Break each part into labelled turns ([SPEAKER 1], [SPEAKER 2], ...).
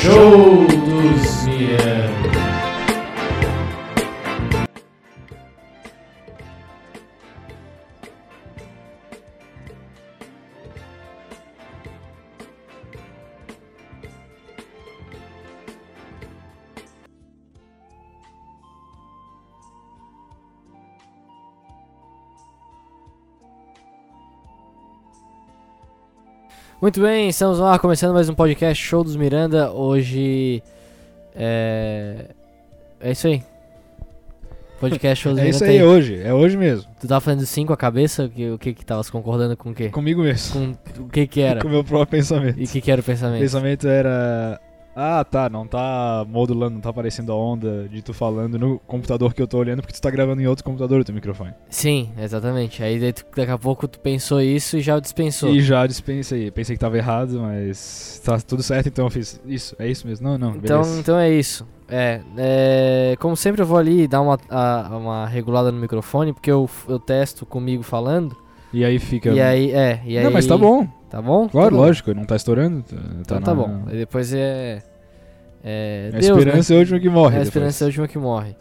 [SPEAKER 1] Show dos Mianos. Muito bem, estamos lá começando mais um podcast Show dos Miranda. Hoje é é isso aí. Podcast Show dos
[SPEAKER 2] É
[SPEAKER 1] Miranda.
[SPEAKER 2] isso aí,
[SPEAKER 1] tem-
[SPEAKER 2] hoje. É hoje mesmo.
[SPEAKER 1] Tu tava fazendo cinco a cabeça? O que o que que tavas concordando com o quê?
[SPEAKER 2] Comigo mesmo.
[SPEAKER 1] Com o que que era?
[SPEAKER 2] Com o meu próprio pensamento.
[SPEAKER 1] E o que que era o
[SPEAKER 2] O
[SPEAKER 1] pensamento?
[SPEAKER 2] pensamento era. Ah, tá, não tá modulando, não tá aparecendo a onda de tu falando no computador que eu tô olhando, porque tu tá gravando em outro computador o teu microfone.
[SPEAKER 1] Sim, exatamente. Aí daí tu- daqui a pouco tu pensou isso e já dispensou.
[SPEAKER 2] E já dispensei, pensei que tava errado, mas tá tudo certo, então eu fiz isso, é isso mesmo. Não, não,
[SPEAKER 1] Então,
[SPEAKER 2] beleza.
[SPEAKER 1] então é isso. É, é, como sempre eu vou ali dar uma, a- uma regulada no microfone, porque eu, eu testo comigo falando.
[SPEAKER 2] E aí fica.
[SPEAKER 1] então- E aí, é, e aí...
[SPEAKER 2] Não, mas tá bom,
[SPEAKER 1] Tá bom?
[SPEAKER 2] claro,
[SPEAKER 1] Tudo bem.
[SPEAKER 2] lógico, não tá estourando. Tá,
[SPEAKER 1] Então
[SPEAKER 2] na-
[SPEAKER 1] tá bom. Aí depois é. É.
[SPEAKER 2] A
[SPEAKER 1] Deus,
[SPEAKER 2] esperança é a última que
[SPEAKER 1] né?
[SPEAKER 2] morre.
[SPEAKER 1] É a esperança é a última que morre.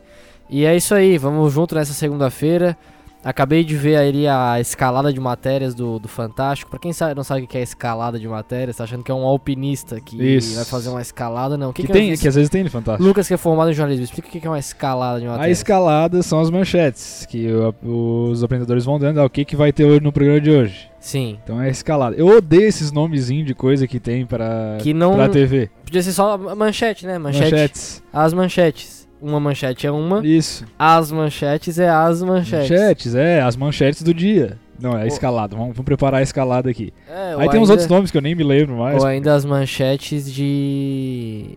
[SPEAKER 1] E é isso aí, vamos junto nessa segunda-feira. Acabei de ver ali a escalada de matérias do, do Fantástico. Pra quem sabe, não sabe o que é escalada de matérias, tá achando que é um alpinista que
[SPEAKER 2] Isso.
[SPEAKER 1] vai fazer uma escalada, não. O que,
[SPEAKER 2] Que,
[SPEAKER 1] que,
[SPEAKER 2] tem,
[SPEAKER 1] é
[SPEAKER 2] que às vezes tem de fantástico.
[SPEAKER 1] Lucas, que é formado em jornalismo, explica o que que é uma escalada de
[SPEAKER 2] A
[SPEAKER 1] matérias.
[SPEAKER 2] escalada são as manchetes que o- os apresentadores vão dando. Ah, o que, que vai ter hoje no programa de hoje?
[SPEAKER 1] Sim.
[SPEAKER 2] Então é a escalada. Eu odeio esses nomezinhos de coisa que tem pra,
[SPEAKER 1] Que não.
[SPEAKER 2] É, pra TV.
[SPEAKER 1] Podia ser só a manchete, né? Manchete.
[SPEAKER 2] Manchetes.
[SPEAKER 1] As manchetes. Uma manchete é uma,
[SPEAKER 2] Isso.
[SPEAKER 1] as manchetes é as manchetes.
[SPEAKER 2] Manchetes, é, as manchetes do dia. Não, é a
[SPEAKER 1] Ou-
[SPEAKER 2] escalada. Vamos, vamos preparar a escalada aqui.
[SPEAKER 1] É,
[SPEAKER 2] Aí
[SPEAKER 1] ou
[SPEAKER 2] tem uns
[SPEAKER 1] ainda-
[SPEAKER 2] outros nomes que eu nem me lembro mais.
[SPEAKER 1] Ou ainda as manchetes de.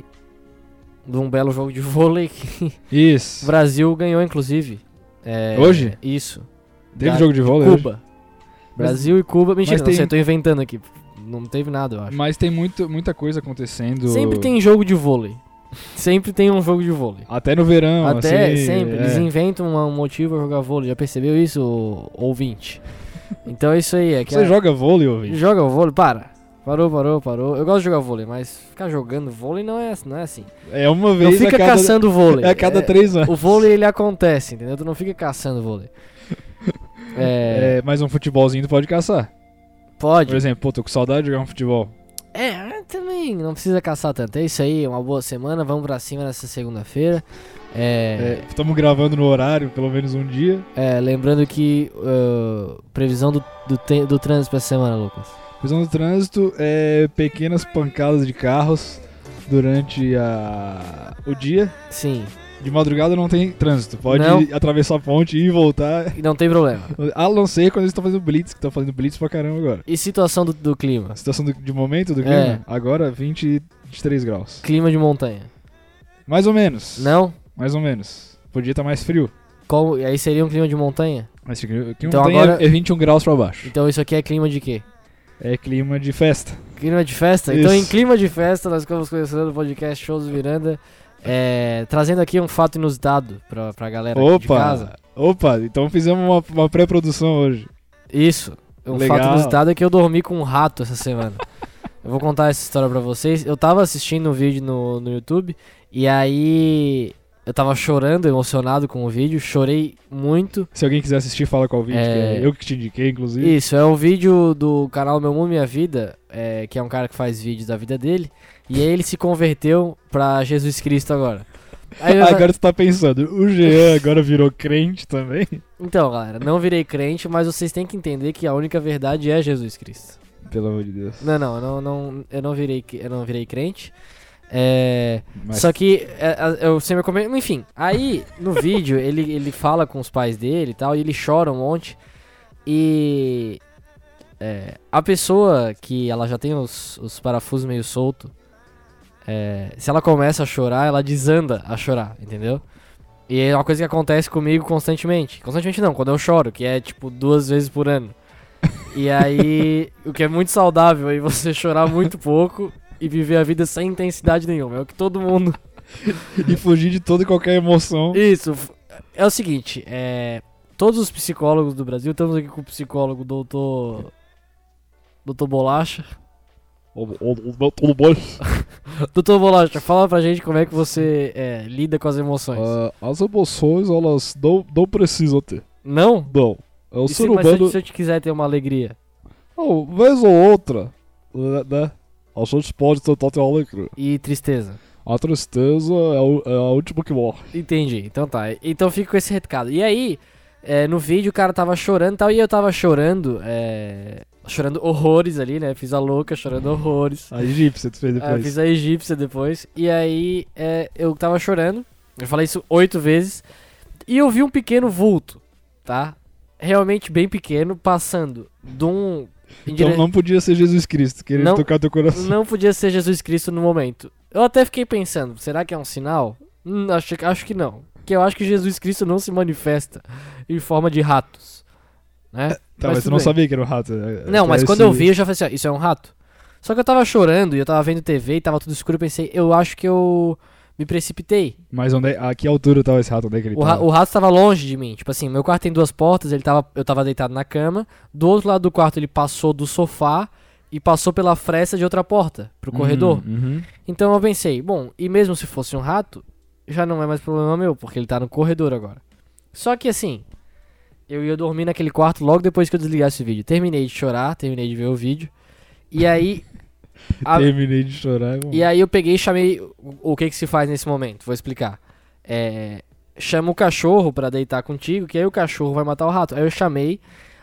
[SPEAKER 1] De um belo jogo de vôlei que o
[SPEAKER 2] Isso.
[SPEAKER 1] Brasil ganhou, inclusive. É,
[SPEAKER 2] Hoje?
[SPEAKER 1] Isso.
[SPEAKER 2] Teve
[SPEAKER 1] da-
[SPEAKER 2] jogo de vôlei. hoje?
[SPEAKER 1] Cuba. Brasil e Cuba. Mentira, não
[SPEAKER 2] tem-
[SPEAKER 1] sei, eu tô inventando aqui. Não teve nada, eu acho.
[SPEAKER 2] Mas tem muito, muita coisa acontecendo.
[SPEAKER 1] Sempre tem jogo de vôlei. Sempre tem um jogo de vôlei.
[SPEAKER 2] Até no verão.
[SPEAKER 1] Até
[SPEAKER 2] assim,
[SPEAKER 1] sempre.
[SPEAKER 2] é.
[SPEAKER 1] Eles inventam uma- um motivo pra jogar vôlei. Já percebeu isso, ô- ouvinte? então é isso aí. É que
[SPEAKER 2] Você
[SPEAKER 1] a-
[SPEAKER 2] joga vôlei, ouvinte?
[SPEAKER 1] Joga o vôlei, para. Parou, parou, parou. Eu gosto de jogar vôlei, mas ficar jogando vôlei não é, não é assim.
[SPEAKER 2] É uma
[SPEAKER 1] Não
[SPEAKER 2] vez a
[SPEAKER 1] fica
[SPEAKER 2] cada...
[SPEAKER 1] caçando vôlei.
[SPEAKER 2] É a cada
[SPEAKER 1] É,
[SPEAKER 2] três anos.
[SPEAKER 1] O vôlei ele acontece, entendeu? Tu não fica caçando vôlei. É,
[SPEAKER 2] É, mas um futebolzinho tu pode caçar.
[SPEAKER 1] pode.
[SPEAKER 2] Por exemplo, pô, tô com saudade de jogar um futebol.
[SPEAKER 1] É, também não precisa caçar tanto. É isso aí, uma boa semana. Vamos pra cima nessa segunda-feira. É,
[SPEAKER 2] Estamos gravando no horário, pelo menos um dia.
[SPEAKER 1] é, lembrando que uh, previsão do, do, te- do trânsito pra semana, Lucas.
[SPEAKER 2] Prisão do trânsito é pequenas pancadas de carros durante a... o dia.
[SPEAKER 1] Sim,
[SPEAKER 2] De madrugada não tem trânsito. Pode
[SPEAKER 1] Não.
[SPEAKER 2] atravessar a ponte e voltar.
[SPEAKER 1] e não tem problema.
[SPEAKER 2] A não ser quando eles estão fazendo blitz, que estão fazendo blitz pra caramba agora.
[SPEAKER 1] E situação do, do clima?
[SPEAKER 2] A situação do- de momento do
[SPEAKER 1] É.
[SPEAKER 2] clima, agora 20, 23 graus.
[SPEAKER 1] Clima de montanha.
[SPEAKER 2] Mais ou menos.
[SPEAKER 1] Não?
[SPEAKER 2] Mais ou menos. Podia estar mais frio.
[SPEAKER 1] Qual, aí seria um clima de montanha?
[SPEAKER 2] Mas o que
[SPEAKER 1] Então
[SPEAKER 2] tem
[SPEAKER 1] agora-
[SPEAKER 2] é 21 graus pra baixo.
[SPEAKER 1] Então isso aqui é clima de quê?
[SPEAKER 2] É clima de festa.
[SPEAKER 1] Clima de festa? Então, em
[SPEAKER 2] Isso.
[SPEAKER 1] clima de festa, nós estamos começando o podcast Shows Miranda, é, trazendo aqui um fato inusitado pra, pra galera aqui de casa.
[SPEAKER 2] Opa! Opa, então fizemos uma, uma pré-produção hoje.
[SPEAKER 1] Isso. Um
[SPEAKER 2] Legal.
[SPEAKER 1] fato inusitado é que eu dormi com um rato essa semana. eu vou contar essa história pra vocês. Eu tava assistindo um vídeo no, no YouTube e aí eu tava chorando, emocionado com o vídeo, chorei muito.
[SPEAKER 2] Se alguém quiser assistir, fala qual vídeo.
[SPEAKER 1] É.
[SPEAKER 2] que é eu que te indiquei, inclusive.
[SPEAKER 1] Isso, é um vídeo do canal Meu Mundo Minha Vida, é, que é um cara que faz vídeos da vida dele, e aí ele se converteu pra Jesus Cristo agora. Aí eu-
[SPEAKER 2] Agora tu tá pensando, o Jean agora virou crente também?
[SPEAKER 1] Então, galera, não virei crente, mas vocês têm que entender que a única verdade é Jesus Cristo.
[SPEAKER 2] Pelo amor de Deus.
[SPEAKER 1] Não, não, eu não, não- eu não virei, eu não virei crente. É,
[SPEAKER 2] Mas
[SPEAKER 1] Só que é, é, eu sempre comento. Enfim, aí no vídeo ele, ele fala com os pais dele e tal, e ele chora um monte. E é, a pessoa que ela já tem os, os parafusos meio solto, é, se ela começa a chorar, ela desanda a chorar, entendeu? E é uma coisa que acontece comigo constantemente. Constantemente não, quando eu choro, que é tipo duas vezes por ano. E aí, o que é muito saudável é você chorar muito pouco e viver a vida sem intensidade nenhuma. É o que todo mundo.
[SPEAKER 2] E fugir de toda e qualquer emoção.
[SPEAKER 1] Isso. f- É o seguinte, é. Todos os psicólogos do Brasil, estamos aqui com o psicólogo doutor. Doutor Bolacha.
[SPEAKER 2] Tudo bom?
[SPEAKER 1] Doutor Bolacha, fala pra gente como é que você é, lida com as emoções.
[SPEAKER 2] Ah, as emoções, elas não, não precisam ter.
[SPEAKER 1] Não?
[SPEAKER 2] Não. É o
[SPEAKER 1] E se,
[SPEAKER 2] ser
[SPEAKER 1] mas se, eu-
[SPEAKER 2] humano.
[SPEAKER 1] se eu te quiser ter uma alegria.
[SPEAKER 2] Não, vez ou outra, né? né, A gente pode tentar ter uma alegria.
[SPEAKER 1] E tristeza.
[SPEAKER 2] A tristeza é, o- é a última que morre.
[SPEAKER 1] Entendi. Então tá. Então fica com esse recado. E aí, é, no vídeo o cara tava chorando e tal, e eu tava chorando. é, chorando horrores ali, né? Fiz a louca chorando horrores.
[SPEAKER 2] A egípcia tu fez
[SPEAKER 1] Ah, eu fiz a egípcia depois. E aí é, eu tava chorando. Eu falei isso oito vezes. E eu vi um pequeno vulto, tá? Realmente bem pequeno, passando de um. em
[SPEAKER 2] Então
[SPEAKER 1] dire-
[SPEAKER 2] não podia ser Jesus Cristo querendo
[SPEAKER 1] Não.
[SPEAKER 2] tocar teu coração.
[SPEAKER 1] Não podia ser Jesus Cristo no momento. Eu até fiquei pensando, será que é um sinal? Hum, acho, acho que não. Porque eu acho que Jesus Cristo não se manifesta em forma de ratos. Né? mas
[SPEAKER 2] Tá, mas, tu
[SPEAKER 1] tudo
[SPEAKER 2] não
[SPEAKER 1] bem.
[SPEAKER 2] sabia que era um rato. é- é-
[SPEAKER 1] Não, mas
[SPEAKER 2] parece-
[SPEAKER 1] quando eu vi, eu já falei assim, ó, isso é um rato. Só que eu tava chorando e eu tava vendo TV e tava tudo escuro, eu pensei, eu acho que eu me precipitei.
[SPEAKER 2] Mas onde é- a que altura tava esse rato? Onde é que ele
[SPEAKER 1] O, ra-
[SPEAKER 2] tava?
[SPEAKER 1] o rato tava longe de mim. Tipo assim, meu quarto tem duas portas, ele tava, eu tava deitado na cama. Do outro lado do quarto, ele passou do sofá e passou pela fresta de outra porta, pro corredor.
[SPEAKER 2] Uhum, uhum.
[SPEAKER 1] Então eu pensei, bom, e mesmo se fosse um rato, já não é mais problema meu, porque ele tá no corredor agora. Só que assim, eu ia dormir naquele quarto logo depois que eu desligasse o vídeo. Terminei de chorar, terminei de ver o vídeo. E aí. a-
[SPEAKER 2] Terminei de chorar. Bom.
[SPEAKER 1] e aí eu peguei e chamei. o- O que que se faz nesse momento? Vou explicar. É, chama o cachorro pra deitar contigo, que aí o cachorro vai matar o rato. Aí eu chamei,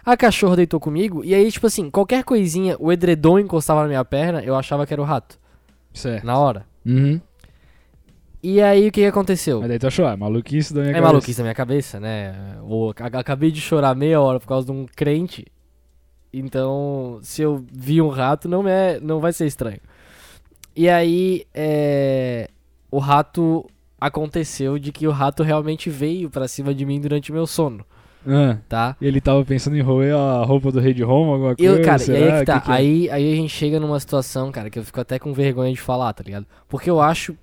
[SPEAKER 1] a cachorra deitou comigo, e aí, tipo assim, qualquer coisinha, o edredom encostava na minha perna, eu achava que era o rato.
[SPEAKER 2] Certo.
[SPEAKER 1] Na hora.
[SPEAKER 2] é. Uhum.
[SPEAKER 1] E aí o que que aconteceu?
[SPEAKER 2] Mas daí tu achou, ah, maluquice da minha
[SPEAKER 1] É
[SPEAKER 2] cabeça.
[SPEAKER 1] maluquice na minha cabeça, né? Ou ac- acabei de chorar meia hora por causa de um crente. Então, se eu vi um rato, não é, não vai ser estranho. E aí, é, o rato aconteceu de que o rato realmente veio pra cima de mim durante o meu sono,
[SPEAKER 2] Ah,
[SPEAKER 1] tá?
[SPEAKER 2] ele tava pensando em roer a roupa do rei de Roma, alguma
[SPEAKER 1] Eu,
[SPEAKER 2] coisa.
[SPEAKER 1] cara,
[SPEAKER 2] será?
[SPEAKER 1] e aí que tá.
[SPEAKER 2] Que que é?
[SPEAKER 1] aí, aí a gente chega numa situação, cara, que eu fico até com vergonha de falar, tá ligado? Porque eu acho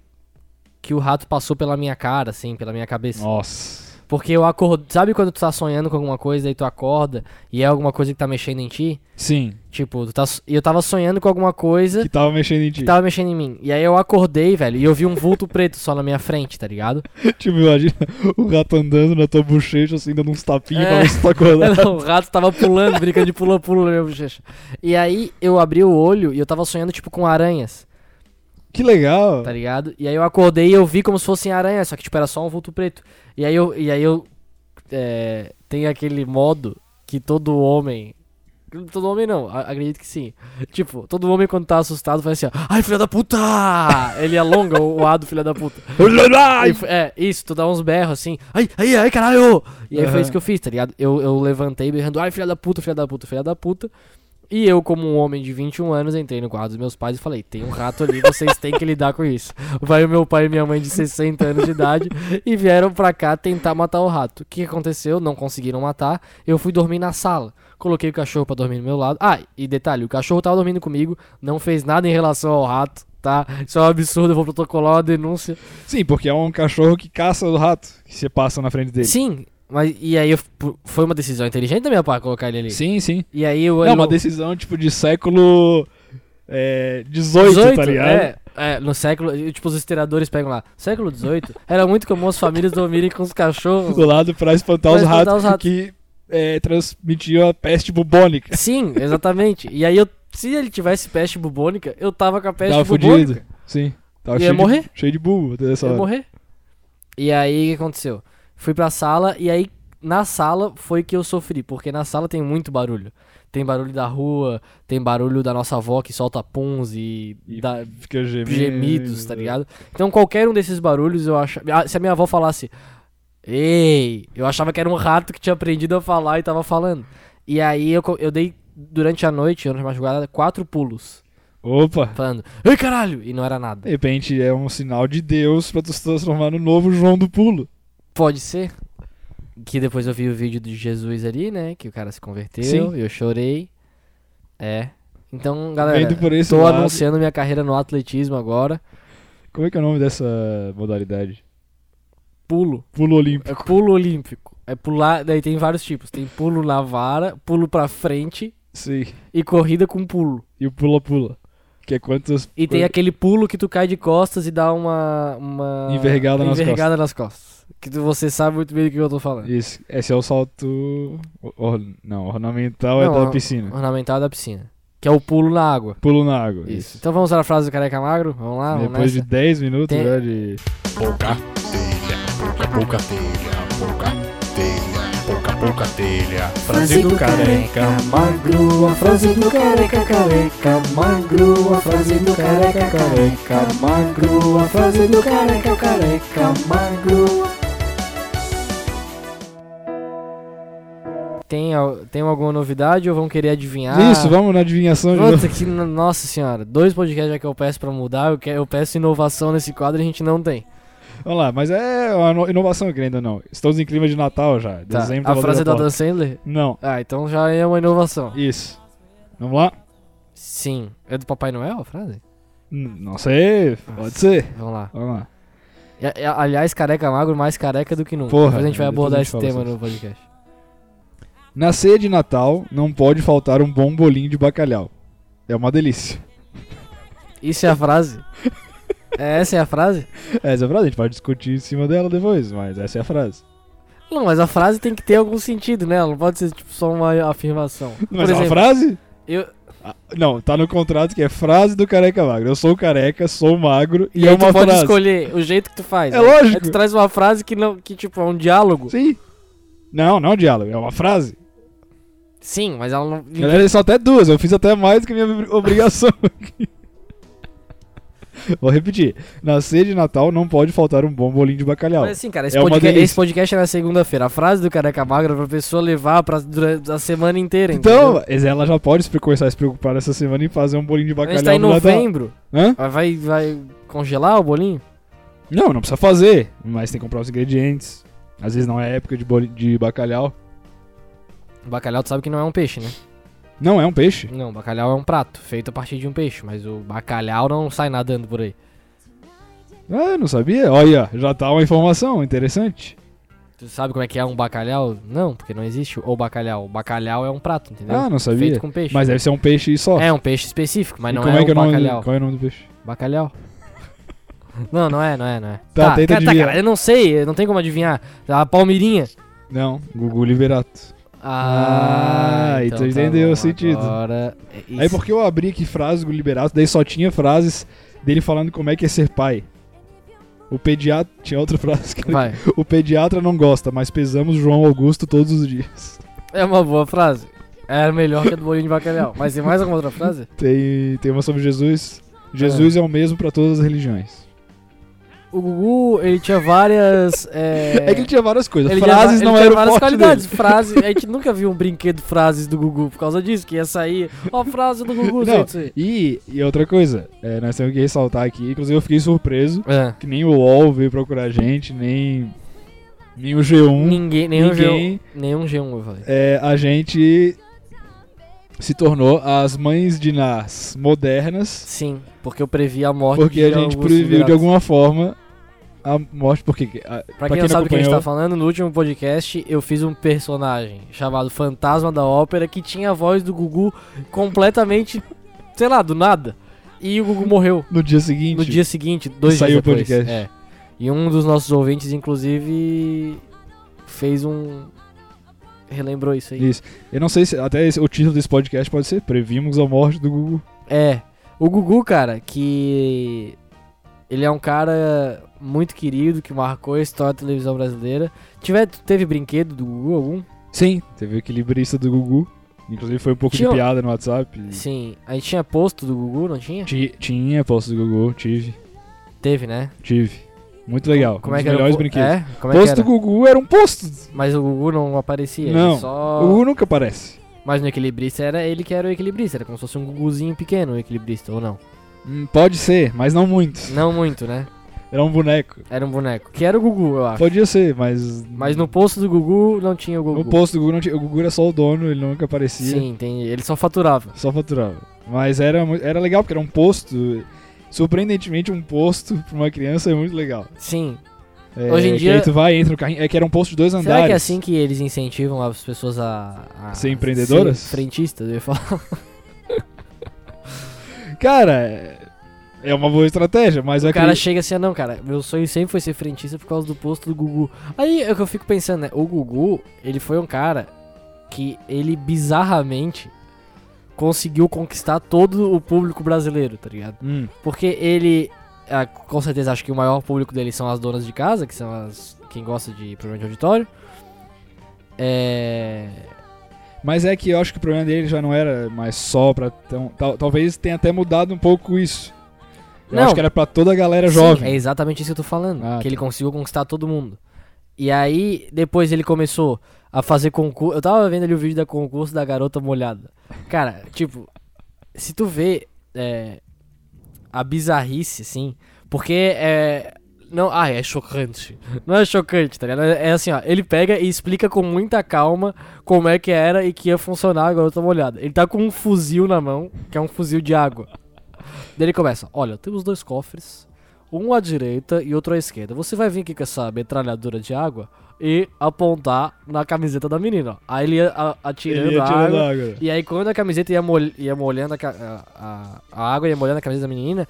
[SPEAKER 1] que o rato passou pela minha cara, assim, pela minha cabeça.
[SPEAKER 2] Nossa.
[SPEAKER 1] Porque eu acordo. Sabe quando tu tá sonhando com alguma coisa e tu acorda e é alguma coisa que tá mexendo em ti?
[SPEAKER 2] Sim,
[SPEAKER 1] Tipo, tu tá, so- e eu tava sonhando com alguma coisa
[SPEAKER 2] que tava mexendo em ti.
[SPEAKER 1] que tava mexendo em mim. E aí eu acordei, velho, e eu vi um vulto preto só na minha frente, tá ligado?
[SPEAKER 2] Tipo, imagina o rato andando na tua bochecha, assim, dando uns tapinhos pra
[SPEAKER 1] É.
[SPEAKER 2] ver se tu tá acordado.
[SPEAKER 1] Não, o rato tava pulando, brincando de pula-pula na minha bochecha. E aí eu abri o olho e eu tava sonhando, tipo, com aranhas,
[SPEAKER 2] Que legal.
[SPEAKER 1] tá ligado? E aí eu acordei e eu vi como se fossem aranhas, só que, tipo, era só um vulto preto. E aí eu. E aí eu é, tem aquele modo que todo homem. Todo homem não, a- acredito que sim. Tipo, todo homem quando tá assustado faz assim, ó, ai filha da puta! Ele alonga o o A do filha da puta. E f- é, isso, tu dá uns berros assim, ai, ai, ai, caralho! E aí foi
[SPEAKER 2] Aham.
[SPEAKER 1] isso que eu fiz, tá ligado? Eu, eu levantei berrando, ai filha da puta, filha da puta, filha da puta. E eu, como um homem de 21 anos, entrei no quarto dos meus pais e falei: tem um rato ali, vocês têm que lidar com isso. Vai o meu pai e minha mãe de 60 anos de idade e vieram pra cá tentar matar o rato. O que aconteceu? Não conseguiram matar. Eu fui dormir na sala. Coloquei o cachorro pra dormir do meu lado. Ah, e detalhe, o cachorro tava dormindo comigo, não fez nada em relação ao rato, tá? Isso é um absurdo, eu vou protocolar uma denúncia.
[SPEAKER 2] Sim, porque é um cachorro que caça o rato que você passa na frente dele.
[SPEAKER 1] Sim, mas e aí eu f- pu- foi uma decisão inteligente da minha parte colocar ele ali.
[SPEAKER 2] sim. sim.
[SPEAKER 1] E aí eu,
[SPEAKER 2] Não,
[SPEAKER 1] eu
[SPEAKER 2] uma decisão, tipo, de século é, 18, tá ligado?
[SPEAKER 1] É, é, no século, e, tipo os historiadores pegam lá, século 18, era muito comum as famílias dormirem com os cachorros.
[SPEAKER 2] Do lado pra
[SPEAKER 1] Pra
[SPEAKER 2] espantar, os,
[SPEAKER 1] espantar os
[SPEAKER 2] ratos
[SPEAKER 1] ratos.
[SPEAKER 2] que é, transmitiam a peste bubônica.
[SPEAKER 1] Sim, exatamente. E aí eu se ele tivesse peste bubônica, eu tava com a peste
[SPEAKER 2] tava
[SPEAKER 1] bubônica.
[SPEAKER 2] fudido. Sim. Tava
[SPEAKER 1] Ia
[SPEAKER 2] cheio
[SPEAKER 1] morrer?
[SPEAKER 2] De, cheio de bulbo até essa
[SPEAKER 1] Eu ia
[SPEAKER 2] hora.
[SPEAKER 1] morrer. E aí o que aconteceu? Fui pra sala e aí na sala foi que eu sofri, porque na sala tem muito barulho. Tem barulho da rua, tem barulho da nossa avó que solta puns e,
[SPEAKER 2] E
[SPEAKER 1] dá-
[SPEAKER 2] Fica gemido.
[SPEAKER 1] Tá gemidos, tá ligado? Então qualquer um desses barulhos eu achava. Ah, Se a minha avó falasse. Ei, eu achava que era um rato que tinha aprendido a falar e tava falando. E aí eu, co- eu dei, durante a noite, durante a madrugada, quatro pulos.
[SPEAKER 2] Opa.
[SPEAKER 1] Falando, ei caralho! E não era nada.
[SPEAKER 2] De repente é um sinal de Deus pra tu se transformar no novo João do Pulo.
[SPEAKER 1] Pode ser. Que depois eu vi o vídeo de Jesus ali, né? Que o cara se converteu,
[SPEAKER 2] Sim.
[SPEAKER 1] eu chorei. É. Então, galera,
[SPEAKER 2] Vendo por esse
[SPEAKER 1] tô
[SPEAKER 2] lado-
[SPEAKER 1] anunciando minha carreira no atletismo agora.
[SPEAKER 2] Como é que é o nome dessa modalidade?
[SPEAKER 1] Pulo.
[SPEAKER 2] Pulo olímpico.
[SPEAKER 1] É pulo olímpico. É pular. Daí tem vários tipos. Tem pulo na vara, pulo pra frente
[SPEAKER 2] Sim.
[SPEAKER 1] e corrida com pulo.
[SPEAKER 2] E o pula-pula. Que é quantos...
[SPEAKER 1] E tem aquele pulo que tu cai de costas e dá uma. uma
[SPEAKER 2] Envergada nas
[SPEAKER 1] envergada nas costas. Que tu- você sabe muito bem do que eu tô falando.
[SPEAKER 2] Isso. Esse é o salto... or- or- Não, ornamental
[SPEAKER 1] Não,
[SPEAKER 2] é
[SPEAKER 1] a-
[SPEAKER 2] da piscina.
[SPEAKER 1] Ornamental da piscina. Que é o pulo na água.
[SPEAKER 2] Pulo na água.
[SPEAKER 1] Isso. Então vamos usar a frase do careca magro? Vamos lá, vamos
[SPEAKER 2] Depois de
[SPEAKER 1] nessa.
[SPEAKER 2] 10 minutos
[SPEAKER 1] Tem-
[SPEAKER 2] já de...
[SPEAKER 3] Pocatelha, pocapocateia, pocatelha, pocapocatelha. Frase do careca
[SPEAKER 1] magro, a frase do careca careca magro, a frase do careca careca magro, a frase do careca careca magro. Tem, al- tem alguma novidade ou vão querer adivinhar?
[SPEAKER 2] Isso, vamos na adivinhação de novo.
[SPEAKER 1] Ah. Puta que, no- nossa senhora, dois podcasts já que eu peço pra mudar, eu, que- eu peço inovação nesse quadro e a gente não tem.
[SPEAKER 2] Vamos lá, mas é uma no- inovação que ainda não. Estamos em clima de Natal já.
[SPEAKER 1] Tá,
[SPEAKER 2] Dezembro
[SPEAKER 1] A
[SPEAKER 2] tá batendo
[SPEAKER 1] frase é da
[SPEAKER 2] porta.
[SPEAKER 1] Dan Sandler?
[SPEAKER 2] Não,
[SPEAKER 1] Ah, então já é uma inovação.
[SPEAKER 2] isso. Vamos lá?
[SPEAKER 1] Sim. É do Papai Noel a frase?
[SPEAKER 2] N- Não sei, pode ser.
[SPEAKER 1] Vamos lá.
[SPEAKER 2] Vamos lá.
[SPEAKER 1] E- e- aliás, careca magro, mais careca do que nunca.
[SPEAKER 2] Porra, é,
[SPEAKER 1] Depois a gente vai
[SPEAKER 2] depois
[SPEAKER 1] abordar
[SPEAKER 2] a gente
[SPEAKER 1] esse
[SPEAKER 2] fala
[SPEAKER 1] tema
[SPEAKER 2] sobre
[SPEAKER 1] no podcast.
[SPEAKER 2] Na ceia de Natal não pode faltar um bom bolinho de bacalhau. É uma delícia.
[SPEAKER 1] Isso é a frase? É, essa é a frase?
[SPEAKER 2] Essa é a frase, a gente pode discutir em cima dela depois, mas essa é a frase.
[SPEAKER 1] Não, mas a frase tem que ter algum sentido, né? Ela não pode ser tipo, só uma afirmação. Por
[SPEAKER 2] Mas é uma
[SPEAKER 1] exemplo,
[SPEAKER 2] frase?
[SPEAKER 1] eu,
[SPEAKER 2] Ah, Não, tá no contrato que é frase do careca magro. Eu sou careca, sou magro e,
[SPEAKER 1] e
[SPEAKER 2] é
[SPEAKER 1] aí tu
[SPEAKER 2] uma
[SPEAKER 1] pode
[SPEAKER 2] frase.
[SPEAKER 1] escolher o jeito que tu faz.
[SPEAKER 2] É
[SPEAKER 1] né?
[SPEAKER 2] lógico.
[SPEAKER 1] Aí tu traz uma frase que, não, que tipo, é um diálogo. Sim,
[SPEAKER 2] Sim. Não, não é um diálogo, é uma frase.
[SPEAKER 1] mas ela não...
[SPEAKER 2] Galera, são até duas, eu fiz até mais que minha obri- obrigação aqui. Vou repetir. Na ceia de Natal não pode faltar um bom bolinho de bacalhau.
[SPEAKER 1] Mas assim, cara, esse,
[SPEAKER 2] É uma
[SPEAKER 1] podca-
[SPEAKER 2] delícia.
[SPEAKER 1] esse podcast é na segunda-feira. A frase do careca magro é pra pessoa levar pra, durante a semana inteira, entendeu?
[SPEAKER 2] Então, ela já pode se pre- começar a se preocupar nessa semana em fazer um bolinho de
[SPEAKER 1] A
[SPEAKER 2] bacalhau
[SPEAKER 1] gente tá em
[SPEAKER 2] no Natal.
[SPEAKER 1] novembro.
[SPEAKER 2] Hã?
[SPEAKER 1] Vai, vai congelar o bolinho?
[SPEAKER 2] Não, não precisa fazer, mas tem que comprar os ingredientes. Às vezes não é época de, boli- de bacalhau.
[SPEAKER 1] O bacalhau tu sabe que não é um peixe, né?
[SPEAKER 2] Não, é um peixe.
[SPEAKER 1] Não, bacalhau é um prato feito a partir de um peixe, mas o bacalhau não sai nadando por aí.
[SPEAKER 2] Ah, eu não sabia? Olha, já tá uma informação interessante.
[SPEAKER 1] Tu sabe como é que é um bacalhau? Não, porque não existe o bacalhau. O bacalhau é um prato, entendeu?
[SPEAKER 2] Ah, não sabia.
[SPEAKER 1] feito com peixe.
[SPEAKER 2] Mas deve ser um peixe só.
[SPEAKER 1] É um peixe específico, mas
[SPEAKER 2] E
[SPEAKER 1] não
[SPEAKER 2] como
[SPEAKER 1] é,
[SPEAKER 2] é que
[SPEAKER 1] um
[SPEAKER 2] é o nome do-
[SPEAKER 1] bacalhau.
[SPEAKER 2] Qual é o nome do peixe?
[SPEAKER 1] Bacalhau. não, não é, não é, não é.
[SPEAKER 2] Tá, tenta
[SPEAKER 1] cara,
[SPEAKER 2] adivinhar.
[SPEAKER 1] cara, eu não sei, eu não tem como adivinhar. A palmeirinha.
[SPEAKER 2] Não, Gugu Liberato.
[SPEAKER 1] Ah,
[SPEAKER 2] Ah,
[SPEAKER 1] então
[SPEAKER 2] então
[SPEAKER 1] tá
[SPEAKER 2] entendeu
[SPEAKER 1] bom,
[SPEAKER 2] o sentido.
[SPEAKER 1] Agora, é
[SPEAKER 2] Aí
[SPEAKER 1] isso.
[SPEAKER 2] porque eu abri aqui frases do Liberato, daí só tinha frases dele falando como é que é ser pai. O pediatra. Tinha outra frase que ele-
[SPEAKER 1] Vai.
[SPEAKER 2] O pediatra não gosta, mas pesamos João Augusto todos os dias.
[SPEAKER 1] É uma boa frase. Era melhor que a do bolinho de bacalhau. Mas tem mais alguma outra frase?
[SPEAKER 2] Tem, tem uma sobre Jesus. Jesus é o mesmo pra todas as religiões.
[SPEAKER 1] O Gugu, ele tinha várias. É,
[SPEAKER 2] É que ele tinha várias coisas.
[SPEAKER 1] ele tinha va-
[SPEAKER 2] frases
[SPEAKER 1] ele
[SPEAKER 2] não
[SPEAKER 1] tinha
[SPEAKER 2] eram
[SPEAKER 1] várias
[SPEAKER 2] forte
[SPEAKER 1] qualidades.
[SPEAKER 2] dele.
[SPEAKER 1] Frase, a gente nunca viu um brinquedo frases do Gugu por causa disso, que ia sair. Ó, a frase do Gugu,
[SPEAKER 2] Não.
[SPEAKER 1] gente.
[SPEAKER 2] E, e outra coisa, é, nós temos que ressaltar aqui, inclusive eu fiquei surpreso
[SPEAKER 1] É.
[SPEAKER 2] que nem o UOL veio procurar a gente, nem, nem o G1.
[SPEAKER 1] Ninguém, nenhum
[SPEAKER 2] ninguém-
[SPEAKER 1] G1. Nenhum G1, eu falei.
[SPEAKER 2] é, a gente se tornou as mães de Nas modernas,
[SPEAKER 1] Sim, porque eu previ a morte
[SPEAKER 2] porque a
[SPEAKER 1] de
[SPEAKER 2] gente
[SPEAKER 1] Augusto
[SPEAKER 2] previu de
[SPEAKER 1] Liberato.
[SPEAKER 2] alguma forma a morte, porque a-
[SPEAKER 1] Pra quem, não sabe o que a gente tá falando, no último podcast eu fiz um personagem chamado Fantasma da Ópera que tinha a voz do Gugu completamente, sei lá, do nada. E o Gugu morreu
[SPEAKER 2] no dia seguinte,
[SPEAKER 1] no dia seguinte, dois
[SPEAKER 2] Saiu
[SPEAKER 1] dias
[SPEAKER 2] o
[SPEAKER 1] depois.
[SPEAKER 2] podcast.
[SPEAKER 1] É. E um dos nossos ouvintes, inclusive, fez um. Relembrou isso aí.
[SPEAKER 2] Isso. Eu não sei se até esse- o título desse podcast pode ser Previmos a morte do Gugu.
[SPEAKER 1] É. O Gugu, cara, que. Ele é um cara muito querido, que marcou a história da televisão brasileira. Tiver, teve brinquedo do Gugu algum?
[SPEAKER 2] Hum. Sim. Teve o equilibrista do Gugu. Inclusive foi um pouco
[SPEAKER 1] Tinha-
[SPEAKER 2] de piada no WhatsApp.
[SPEAKER 1] Sim, a gente tinha posto do Gugu, não tinha?
[SPEAKER 2] Ti- Tinha posto do Gugu, tive,
[SPEAKER 1] Teve, né? é
[SPEAKER 2] tive. Muito legal. um dos melhores
[SPEAKER 1] o po-
[SPEAKER 2] brinquedos.
[SPEAKER 1] É? Como é
[SPEAKER 2] posto
[SPEAKER 1] que
[SPEAKER 2] do
[SPEAKER 1] era?
[SPEAKER 2] Gugu era um posto.
[SPEAKER 1] Mas o Gugu não aparecia,
[SPEAKER 2] Não,
[SPEAKER 1] ele só...
[SPEAKER 2] O Gugu nunca aparece.
[SPEAKER 1] Mas no equilibrista era ele que era o equilibrista, era como se fosse um Guguzinho pequeno o equilibrista, ou não?
[SPEAKER 2] Hum, pode ser, mas não muito.
[SPEAKER 1] Não muito, né?
[SPEAKER 2] Era um boneco.
[SPEAKER 1] Era um boneco. Que era o Gugu, eu acho.
[SPEAKER 2] Podia ser, mas.
[SPEAKER 1] Mas no posto do Gugu não tinha o Gugu.
[SPEAKER 2] No posto do Gugu não tinha. O Gugu era só o dono, ele nunca aparecia.
[SPEAKER 1] Sim, entendi. Ele só faturava.
[SPEAKER 2] Só faturava. Mas era, mu- era legal, porque era um posto. Surpreendentemente, um posto pra uma criança é muito legal.
[SPEAKER 1] Sim.
[SPEAKER 2] É,
[SPEAKER 1] Hoje em
[SPEAKER 2] que
[SPEAKER 1] dia-
[SPEAKER 2] aí tu vai, entra no carrinho. É que era um posto de dois andares.
[SPEAKER 1] Será que é assim que eles incentivam as pessoas a. a
[SPEAKER 2] Ser empreendedoras?
[SPEAKER 1] ser frentistas, eu ia falar.
[SPEAKER 2] Cara, é- é uma boa estratégia, mas
[SPEAKER 1] O
[SPEAKER 2] é que-
[SPEAKER 1] cara chega assim, ah, não, cara, meu sonho sempre foi ser frentista por causa do posto do Gugu. Aí é o que eu fico pensando, né? O Gugu, ele foi um cara que ele bizarramente conseguiu conquistar todo o público brasileiro, tá ligado?
[SPEAKER 2] Hum,
[SPEAKER 1] Porque ele, ah, com certeza, acho que o maior público dele são as donas de casa, que são as quem gosta de programa de auditório. É...
[SPEAKER 2] Mas é que eu acho que o problema dele já não era mais só pra. Tão, tal- talvez tenha até mudado um pouco isso. Eu
[SPEAKER 1] Não.
[SPEAKER 2] acho que era pra toda a galera
[SPEAKER 1] Sim, é
[SPEAKER 2] jovem.
[SPEAKER 1] exatamente isso que eu tô falando,
[SPEAKER 2] Ah,
[SPEAKER 1] que
[SPEAKER 2] tá.
[SPEAKER 1] ele conseguiu conquistar todo mundo. E aí, depois ele começou a fazer concurso. Eu tava vendo ali o vídeo da concurso da garota molhada. Cara, tipo, se tu vê é, a bizarrice, assim, porque é. Não, ah, é chocante. Não é chocante, tá ligado? É assim, ó. Ele pega e explica com muita calma como é que era e que ia funcionar a garota molhada. Ele tá com um fuzil na mão, que é um fuzil de água. Daí ele começa: Olha, temos dois cofres, um à direita e outro à esquerda. Você vai vir aqui com essa metralhadora de água e apontar na camiseta da menina. ó." Aí ele ia a- atirando,
[SPEAKER 2] Ele ia
[SPEAKER 1] a
[SPEAKER 2] tirando
[SPEAKER 1] água.
[SPEAKER 2] água.
[SPEAKER 1] E aí quando a camiseta ia, mol- ia molhando a, ca- a- a- a água, ia molhando a camiseta da menina,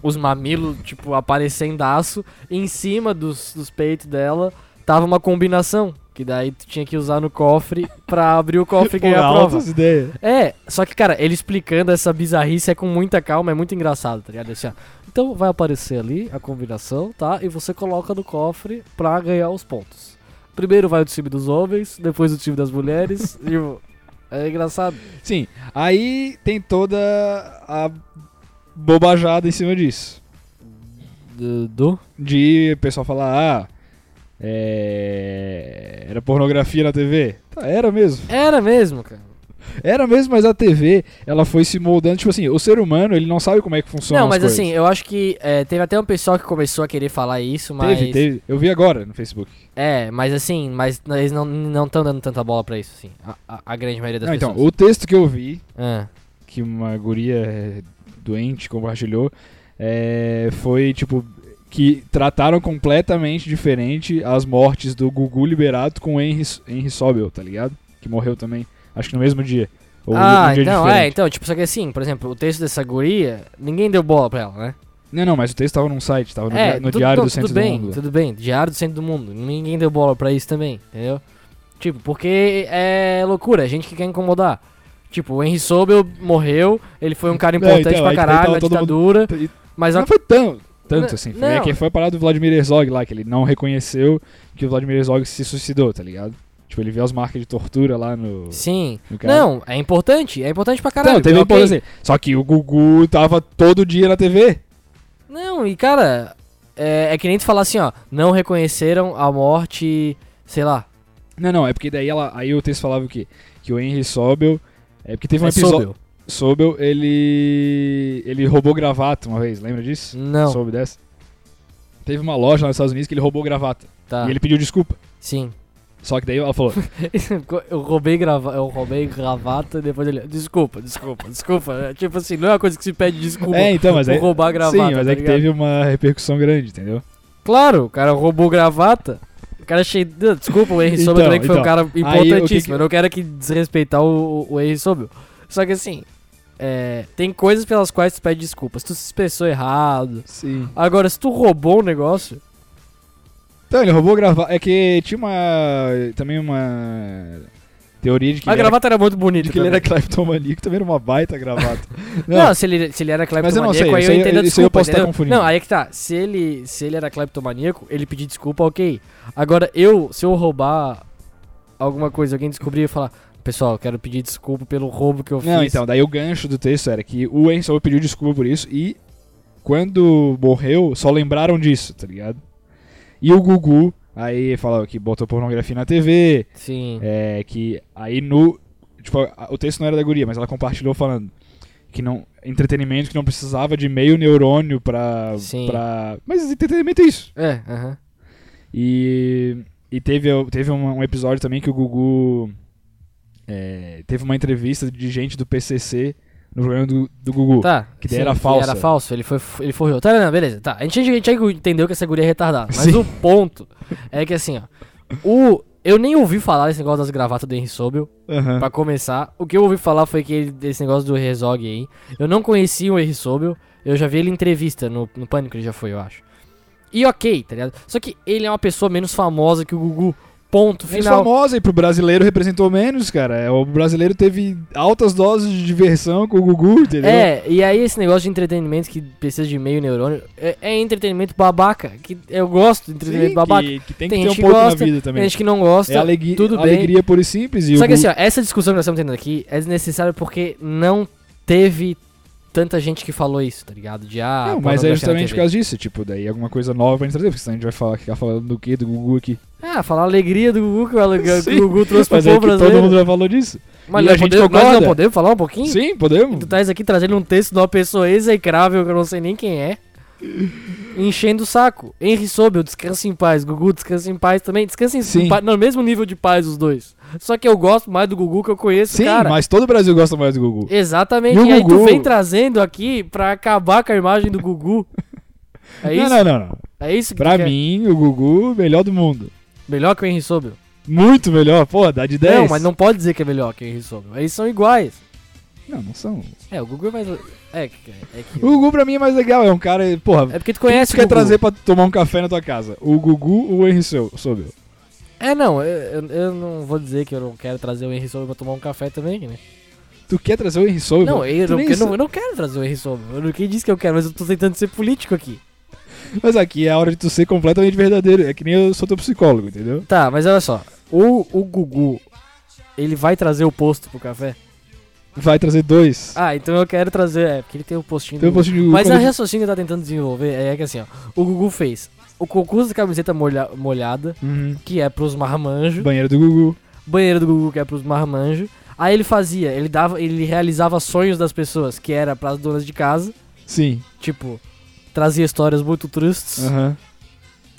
[SPEAKER 1] os mamilos, tipo, aparecendaço, e em cima dos, dos peitos dela tava uma combinação, que daí tu tinha que usar no cofre pra abrir o cofre e
[SPEAKER 2] Pô,
[SPEAKER 1] ganhar a prova.
[SPEAKER 2] altas ideias.
[SPEAKER 1] É, só que, cara, ele explicando essa bizarrice é com muita calma, é muito engraçado, tá ligado? Assim, ó, então vai aparecer ali a combinação, tá? E você coloca no cofre pra ganhar os pontos. Primeiro vai o time dos homens, depois o time das mulheres. tipo, é engraçado.
[SPEAKER 2] Sim, aí tem toda a bobajada em cima disso.
[SPEAKER 1] Do. do-
[SPEAKER 2] De o pessoal falar, ah, é... era pornografia na TV. Tá, era mesmo.
[SPEAKER 1] Era mesmo, cara.
[SPEAKER 2] Era mesmo, mas a TV, ela foi se moldando. Tipo assim, o ser humano, ele não sabe como é que funciona
[SPEAKER 1] não,
[SPEAKER 2] as
[SPEAKER 1] mas
[SPEAKER 2] coisas.
[SPEAKER 1] assim, eu acho que é, teve até um pessoal que começou a querer falar isso, mas.
[SPEAKER 2] Teve, teve. Eu vi agora no Facebook.
[SPEAKER 1] É, mas assim, mas n- eles não estão dando tanta bola pra isso, assim. A, a- a grande maioria das
[SPEAKER 2] Não, então,
[SPEAKER 1] pessoas.
[SPEAKER 2] o texto que eu vi,
[SPEAKER 1] Ah,
[SPEAKER 2] que uma guria eh, doente compartilhou, eh, foi tipo que trataram completamente diferente as mortes do Gugu Liberato com o Henry, Henry Sobel, tá ligado? Que morreu também, acho que no mesmo dia. Ou
[SPEAKER 1] Ah,
[SPEAKER 2] um dia
[SPEAKER 1] então, é,
[SPEAKER 2] diferente.
[SPEAKER 1] então, tipo, só que assim, por exemplo, o texto dessa guria, ninguém deu bola pra ela, né?
[SPEAKER 2] Não, não, mas o texto tava num site, tava no,
[SPEAKER 1] é,
[SPEAKER 2] dia- no
[SPEAKER 1] tudo-
[SPEAKER 2] Diário
[SPEAKER 1] não,
[SPEAKER 2] do Centro
[SPEAKER 1] tudo bem,
[SPEAKER 2] do Mundo.
[SPEAKER 1] Tudo bem, Diário do Centro do Mundo. Ninguém deu bola pra isso também, entendeu? Tipo, porque é loucura, é gente que quer incomodar. Tipo, o Henry Sobel morreu, ele foi um cara
[SPEAKER 2] É,
[SPEAKER 1] importante
[SPEAKER 2] então,
[SPEAKER 1] pra
[SPEAKER 2] aí- aí
[SPEAKER 1] caralho
[SPEAKER 2] tava
[SPEAKER 1] na
[SPEAKER 2] todo mundo-
[SPEAKER 1] ditadura,
[SPEAKER 2] E
[SPEAKER 1] mas
[SPEAKER 2] Não
[SPEAKER 1] a...
[SPEAKER 2] foi tão, tanto
[SPEAKER 1] Não,
[SPEAKER 2] assim. Foi,
[SPEAKER 1] não.
[SPEAKER 2] é que foi a parada do Vladimir Herzog lá, que ele não reconheceu que o Vladimir Herzog se suicidou, tá ligado? Tipo, ele vê as marcas de tortura lá no,
[SPEAKER 1] Sim.
[SPEAKER 2] no cara.
[SPEAKER 1] Não, é importante, é importante pra caralho.
[SPEAKER 2] Não, teve
[SPEAKER 1] ok.
[SPEAKER 2] importância. Só que o Gugu tava todo dia na TV.
[SPEAKER 1] Não, e cara, é, é que nem tu falar assim, ó, não reconheceram a morte, sei lá,
[SPEAKER 2] Não, não, é porque daí ela. Aí o texto falava o quê? Que o Henry Sobel. É porque teve um
[SPEAKER 1] é
[SPEAKER 2] episódio.
[SPEAKER 1] Sobel.
[SPEAKER 2] Sobel, ele. ele roubou gravata uma vez, lembra disso?
[SPEAKER 1] Não,
[SPEAKER 2] Soube dessa? Teve uma loja lá nos Estados Unidos que ele roubou gravata.
[SPEAKER 1] tá,
[SPEAKER 2] E ele pediu desculpa.
[SPEAKER 1] sim.
[SPEAKER 2] Só que daí ela falou:
[SPEAKER 1] Eu roubei, grava... eu roubei gravata e depois ele. Desculpa, desculpa, desculpa. É, Tipo assim, não é uma coisa que se pede desculpa
[SPEAKER 2] É, então, mas
[SPEAKER 1] por
[SPEAKER 2] é.
[SPEAKER 1] roubar gravata.
[SPEAKER 2] Sim, mas
[SPEAKER 1] tá
[SPEAKER 2] é que
[SPEAKER 1] ligado?
[SPEAKER 2] teve uma repercussão grande, entendeu?
[SPEAKER 1] Claro, o cara roubou gravata. O cara cheio. Desculpa, o Henry
[SPEAKER 2] Então,
[SPEAKER 1] Sobel também, que foi um
[SPEAKER 2] então.
[SPEAKER 1] cara importantíssimo.
[SPEAKER 2] que-
[SPEAKER 1] Eu não quero aqui desrespeitar o, o Henry Sobel. Só que assim, é, tem coisas pelas quais tu pede desculpas. Tu se expressou errado.
[SPEAKER 2] Sim.
[SPEAKER 1] Agora, se tu roubou um negócio.
[SPEAKER 2] Então, ele roubou gravata. É que tinha uma. também uma. teoria de que.
[SPEAKER 1] a
[SPEAKER 2] ele era
[SPEAKER 1] gravata era muito bonita.
[SPEAKER 2] De que ele era
[SPEAKER 1] também.
[SPEAKER 2] cleptomaníaco, também era uma baita gravata.
[SPEAKER 1] Não,
[SPEAKER 2] não,
[SPEAKER 1] se, ele, se ele era
[SPEAKER 2] É. Mas eu não
[SPEAKER 1] cleptomaníaco,
[SPEAKER 2] sei,
[SPEAKER 1] aí
[SPEAKER 2] isso
[SPEAKER 1] eu
[SPEAKER 2] aí-
[SPEAKER 1] entendo a
[SPEAKER 2] isso aí eu
[SPEAKER 1] desculpa,
[SPEAKER 2] posso estar
[SPEAKER 1] entendeu?
[SPEAKER 2] confundindo.
[SPEAKER 1] Não, aí é que tá. Se ele, se ele era cleptomaníaco, ele pedir desculpa, ok. Agora, eu, se eu roubar alguma coisa, alguém descobrir e falar, pessoal, eu quero pedir desculpa pelo roubo que eu
[SPEAKER 2] não,
[SPEAKER 1] fiz.
[SPEAKER 2] então, daí o gancho do texto era que o Enzo pediu desculpa por isso e quando morreu, só lembraram disso, tá ligado? E o Gugu, aí falou que botou pornografia na TV,
[SPEAKER 1] Sim.
[SPEAKER 2] é, que aí no. Tipo, a- o texto não era da guria, mas ela compartilhou falando. que não entretenimento que não precisava de meio neurônio pra,
[SPEAKER 1] Sim.
[SPEAKER 2] pra- mas entretenimento é isso.
[SPEAKER 1] É, aham.
[SPEAKER 2] Tipo, E e teve teve um, um episódio também que o Gugu é, teve uma entrevista de gente do PCC no programa do, do Gugu.
[SPEAKER 1] Tá.
[SPEAKER 2] Que daí era falsa.
[SPEAKER 1] Era falso, ele foi ele forjou. Tá, não, não, beleza. Tá. A gente, a gente entendeu que essa guria é retardada. Mas
[SPEAKER 2] Sim.
[SPEAKER 1] o ponto é que assim, ó. O. Eu nem ouvi falar desse negócio das gravatas do Henry Sobel,
[SPEAKER 2] Aham.
[SPEAKER 1] pra começar. O que eu ouvi falar foi que ele, desse negócio do Herzog aí. Eu não conhecia o Henry Sobel, eu já vi ele em entrevista no, no Pânico, ele já foi, eu acho. E ok, tá ligado? Só que ele é uma pessoa menos famosa que o Gugu. Ponto
[SPEAKER 2] Menos
[SPEAKER 1] final.
[SPEAKER 2] famosa e pro brasileiro representou menos, cara. É, O brasileiro teve altas doses de diversão com o Gugu, entendeu?
[SPEAKER 1] É, e aí esse negócio de entretenimento que precisa de meio neurônio é, é entretenimento babaca. Que eu gosto de
[SPEAKER 2] Sim,
[SPEAKER 1] entretenimento babaca.
[SPEAKER 2] que, que tem que
[SPEAKER 1] Tem
[SPEAKER 2] ter um
[SPEAKER 1] gente que
[SPEAKER 2] pouco
[SPEAKER 1] gosta,
[SPEAKER 2] na vida
[SPEAKER 1] Tem
[SPEAKER 2] também.
[SPEAKER 1] gente que não gosta.
[SPEAKER 2] É alegri-
[SPEAKER 1] tudo bem.
[SPEAKER 2] alegria pura e simples. E
[SPEAKER 1] Só
[SPEAKER 2] o
[SPEAKER 1] que assim,
[SPEAKER 2] Gugu-
[SPEAKER 1] ó, essa discussão que nós estamos tendo aqui é desnecessária porque não teve tanta gente que falou isso, tá ligado? De ah,
[SPEAKER 2] não, mas
[SPEAKER 1] pornografia
[SPEAKER 2] é
[SPEAKER 1] na
[SPEAKER 2] justamente por
[SPEAKER 1] TV.
[SPEAKER 2] causa disso. Tipo, daí alguma coisa nova pra gente trazer. Porque senão a gente vai falar, ficar falando do quê? Do Gugu aqui.
[SPEAKER 1] Ah, falar a alegria do Gugu que o ale- que
[SPEAKER 2] Sim,
[SPEAKER 1] o Gugu trouxe pro
[SPEAKER 2] Mas é
[SPEAKER 1] povo
[SPEAKER 2] que todo
[SPEAKER 1] brasileiro.
[SPEAKER 2] mundo já falou disso.
[SPEAKER 1] Mas
[SPEAKER 2] e
[SPEAKER 1] nós
[SPEAKER 2] a gente
[SPEAKER 1] podemos- nós
[SPEAKER 2] concorda.
[SPEAKER 1] não podemos falar um pouquinho?
[SPEAKER 2] Sim,
[SPEAKER 1] E
[SPEAKER 2] podemos.
[SPEAKER 1] tu traz aqui trazendo um texto de uma pessoa execrável que eu não sei nem quem é. Enchendo o saco. Henry Sobel, descansa em paz. Gugu, descansa em paz também. Descansa em
[SPEAKER 2] Sim.
[SPEAKER 1] paz. No mesmo nível de paz os dois. Só que eu gosto mais do Gugu que eu conheço,
[SPEAKER 2] Sim,
[SPEAKER 1] cara.
[SPEAKER 2] mas todo o Brasil gosta mais do Gugu.
[SPEAKER 1] Exatamente.
[SPEAKER 2] E o
[SPEAKER 1] E, aí tu
[SPEAKER 2] Gugu?
[SPEAKER 1] vem trazendo aqui pra acabar com a imagem do Gugu. É isso?
[SPEAKER 2] não, não, não, não.
[SPEAKER 1] É isso que
[SPEAKER 2] Pra
[SPEAKER 1] tu quer?
[SPEAKER 2] mim, o Gugu, melhor do mundo.
[SPEAKER 1] Melhor que o Henry Sobel.
[SPEAKER 2] Muito melhor. Pô, dá de 10.
[SPEAKER 1] Não, mas não pode dizer que é melhor que o Henry Sobel. Eles são iguais.
[SPEAKER 2] Não, não são.
[SPEAKER 1] É, o Gugu é mais... É, que- é, que...
[SPEAKER 2] O Gugu pra mim é mais legal. É um cara, porra,
[SPEAKER 1] é porque tu
[SPEAKER 2] Quem
[SPEAKER 1] conhece
[SPEAKER 2] tu
[SPEAKER 1] o
[SPEAKER 2] quer
[SPEAKER 1] Gugu.
[SPEAKER 2] trazer pra tomar um café na tua casa? O Gugu ou o Henry Sou- Sobel?
[SPEAKER 1] É, não, eu, eu, eu não vou dizer que eu não quero trazer o Henry Sobel pra tomar um café também, né?
[SPEAKER 2] Tu quer trazer o Henry Sobel?
[SPEAKER 1] Não, eu,
[SPEAKER 2] Tu
[SPEAKER 1] não,
[SPEAKER 2] Uhum. nem
[SPEAKER 1] eu,
[SPEAKER 2] sa-
[SPEAKER 1] não, eu não quero trazer o Henry Sobel. Eu não quem disse que eu quero, mas eu tô tentando ser político aqui.
[SPEAKER 2] Mas aqui é a hora de tu ser completamente verdadeiro. É que nem eu sou teu psicólogo, entendeu?
[SPEAKER 1] Tá, mas olha só. Ou o Gugu, ele vai trazer o posto pro café?
[SPEAKER 2] Vai trazer dois.
[SPEAKER 1] Ah, então eu quero trazer... É, porque ele tem o postinho
[SPEAKER 2] Tem um
[SPEAKER 1] do Gugu.
[SPEAKER 2] postinho de Gugu.
[SPEAKER 1] Mas a
[SPEAKER 2] quando-
[SPEAKER 1] raciocínio que tá tentando desenvolver é que assim, ó. O Gugu fez o concurso da camiseta molha- molhada,
[SPEAKER 2] Uhum.
[SPEAKER 1] que é pros marmanjos.
[SPEAKER 2] Banheiro do Gugu.
[SPEAKER 1] banheiro do Gugu, que é pros marmanjos. Aí ele fazia, ele dava, ele realizava sonhos das pessoas, que era pras donas de casa,
[SPEAKER 2] Sim.
[SPEAKER 1] tipo, trazia histórias muito tristes.
[SPEAKER 2] Aham.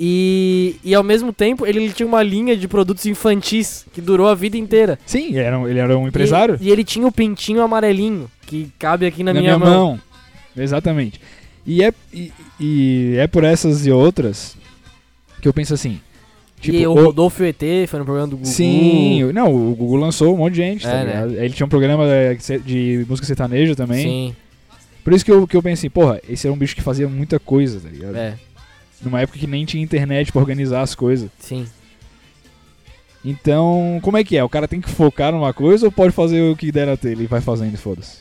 [SPEAKER 1] E, e ao mesmo tempo, ele, ele tinha uma linha de produtos infantis que durou a vida inteira.
[SPEAKER 2] Sim, ele era um, ele era um empresário.
[SPEAKER 1] E, e ele tinha o pintinho amarelinho, que cabe aqui na, minha, mão.
[SPEAKER 2] Exatamente. E é, e, e é por essas e outras que eu penso assim. Tipo,
[SPEAKER 1] e o
[SPEAKER 2] o-
[SPEAKER 1] Rodolfo e o ET foi no programa do Gugu.
[SPEAKER 2] Sim, o- não, o Gugu lançou um monte de gente,
[SPEAKER 1] É,
[SPEAKER 2] tá
[SPEAKER 1] né?
[SPEAKER 2] ligado? Ele tinha um programa eh, que se- de música sertaneja também.
[SPEAKER 1] Sim,
[SPEAKER 2] Por isso que eu, que eu pensei, porra, esse era um bicho que fazia muita coisa, tá ligado?
[SPEAKER 1] é,
[SPEAKER 2] Numa época que nem tinha internet pra organizar as coisas.
[SPEAKER 1] sim.
[SPEAKER 2] Então, como é que é? O cara tem que focar numa coisa ou pode fazer o que der na telha e vai fazendo, e foda-se?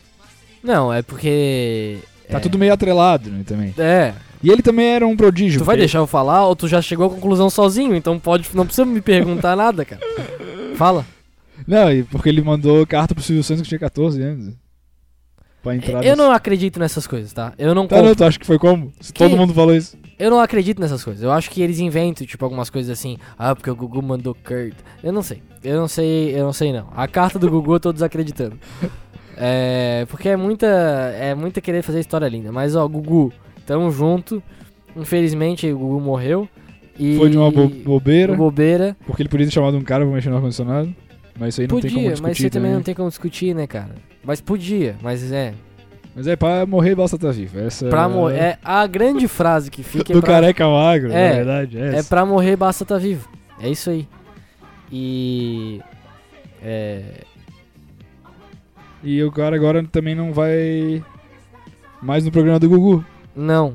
[SPEAKER 1] Não, é porque.
[SPEAKER 2] Tá
[SPEAKER 1] é,
[SPEAKER 2] tudo meio atrelado né, também.
[SPEAKER 1] É,
[SPEAKER 2] E ele também era um prodígio.
[SPEAKER 1] Tu vai
[SPEAKER 2] porque-
[SPEAKER 1] deixar eu falar ou tu já chegou à conclusão sozinho, então pode, não precisa me perguntar nada, cara. Fala.
[SPEAKER 2] Não, e porque ele mandou carta pro Silvio Santos que tinha 14 anos. né? Pra entrar
[SPEAKER 1] Eu
[SPEAKER 2] nesse-
[SPEAKER 1] não acredito nessas coisas, tá? Eu não,
[SPEAKER 2] Tá, não,
[SPEAKER 1] compro-
[SPEAKER 2] tu acha que foi como? Se Todo mundo falou isso.
[SPEAKER 1] eu não acredito nessas coisas. Eu acho que eles inventam, tipo, algumas coisas assim. Ah, porque o Gugu mandou Kurt. Eu não sei. Eu não sei, eu não sei não. A carta do Gugu eu tô desacreditando. É, porque é muita, é muita querer fazer história linda. Mas ó, Gugu, tamo junto. Infelizmente o Gugu morreu. E
[SPEAKER 2] Foi de uma bo- bobeira,
[SPEAKER 1] bobeira.
[SPEAKER 2] porque ele podia ter chamado um cara pra mexer no ar-condicionado. Mas isso aí não
[SPEAKER 1] Podia,
[SPEAKER 2] tem como discutir
[SPEAKER 1] mas você também
[SPEAKER 2] também.
[SPEAKER 1] não tem como discutir, né, cara? Mas podia, mas é.
[SPEAKER 2] Mas é, pra morrer basta tá vivo. Essa
[SPEAKER 1] Pra morrer. É a grande frase que fica.
[SPEAKER 2] do
[SPEAKER 1] é pra,
[SPEAKER 2] careca magro,
[SPEAKER 1] É,
[SPEAKER 2] na verdade. É,
[SPEAKER 1] É pra morrer, basta tá vivo. É isso aí. E. É.
[SPEAKER 2] E o cara agora também não vai mais no programa do Gugu.
[SPEAKER 1] Não.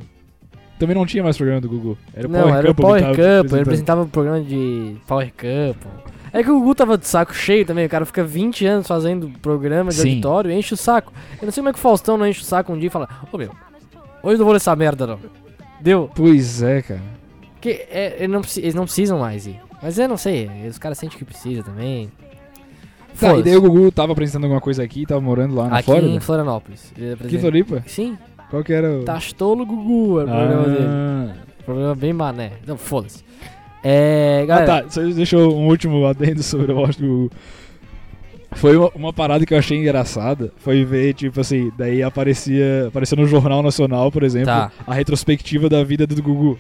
[SPEAKER 2] Também não tinha mais programa do Gugu. Era o
[SPEAKER 1] não,
[SPEAKER 2] Power
[SPEAKER 1] era o
[SPEAKER 2] Couple
[SPEAKER 1] Power
[SPEAKER 2] que tava
[SPEAKER 1] Camp. Ele
[SPEAKER 2] apresentando.
[SPEAKER 1] apresentava o programa de Power Camp. É que o Gugu tava de saco cheio também. O cara fica 20 anos fazendo programa de
[SPEAKER 2] Sim.
[SPEAKER 1] auditório e enche o saco. Eu não sei como é que o Faustão não enche o saco um dia e fala: Ô meu, hoje eu não vou nessa merda não. Deu.
[SPEAKER 2] Pois é, cara.
[SPEAKER 1] Porque é, ele não preci- eles não precisam mais ir. Mas eu não sei, é, os caras sentem que precisa também.
[SPEAKER 2] Tá, e
[SPEAKER 1] Foda-se.
[SPEAKER 2] daí o Gugu tava apresentando alguma coisa aqui, tava morando lá na
[SPEAKER 1] Aqui
[SPEAKER 2] Flórida.
[SPEAKER 1] em Florianópolis. Ele
[SPEAKER 2] Aqui em
[SPEAKER 1] apresenta-
[SPEAKER 2] Floripa?
[SPEAKER 1] Sim,
[SPEAKER 2] Qual que era o...
[SPEAKER 1] Tastolo Gugu é Tá, o problema dele.
[SPEAKER 2] ah,
[SPEAKER 1] Problema bem mané. Não, foda-se. É,
[SPEAKER 2] ah,
[SPEAKER 1] galera,
[SPEAKER 2] tá. Você deixou um último adendo sobre o Washington Gugu. Foi uma, uma parada que eu achei engraçada. Foi ver, tipo assim, daí aparecia, apareceu no Jornal Nacional, por exemplo,
[SPEAKER 1] Tá.
[SPEAKER 2] a retrospectiva da vida do Gugu.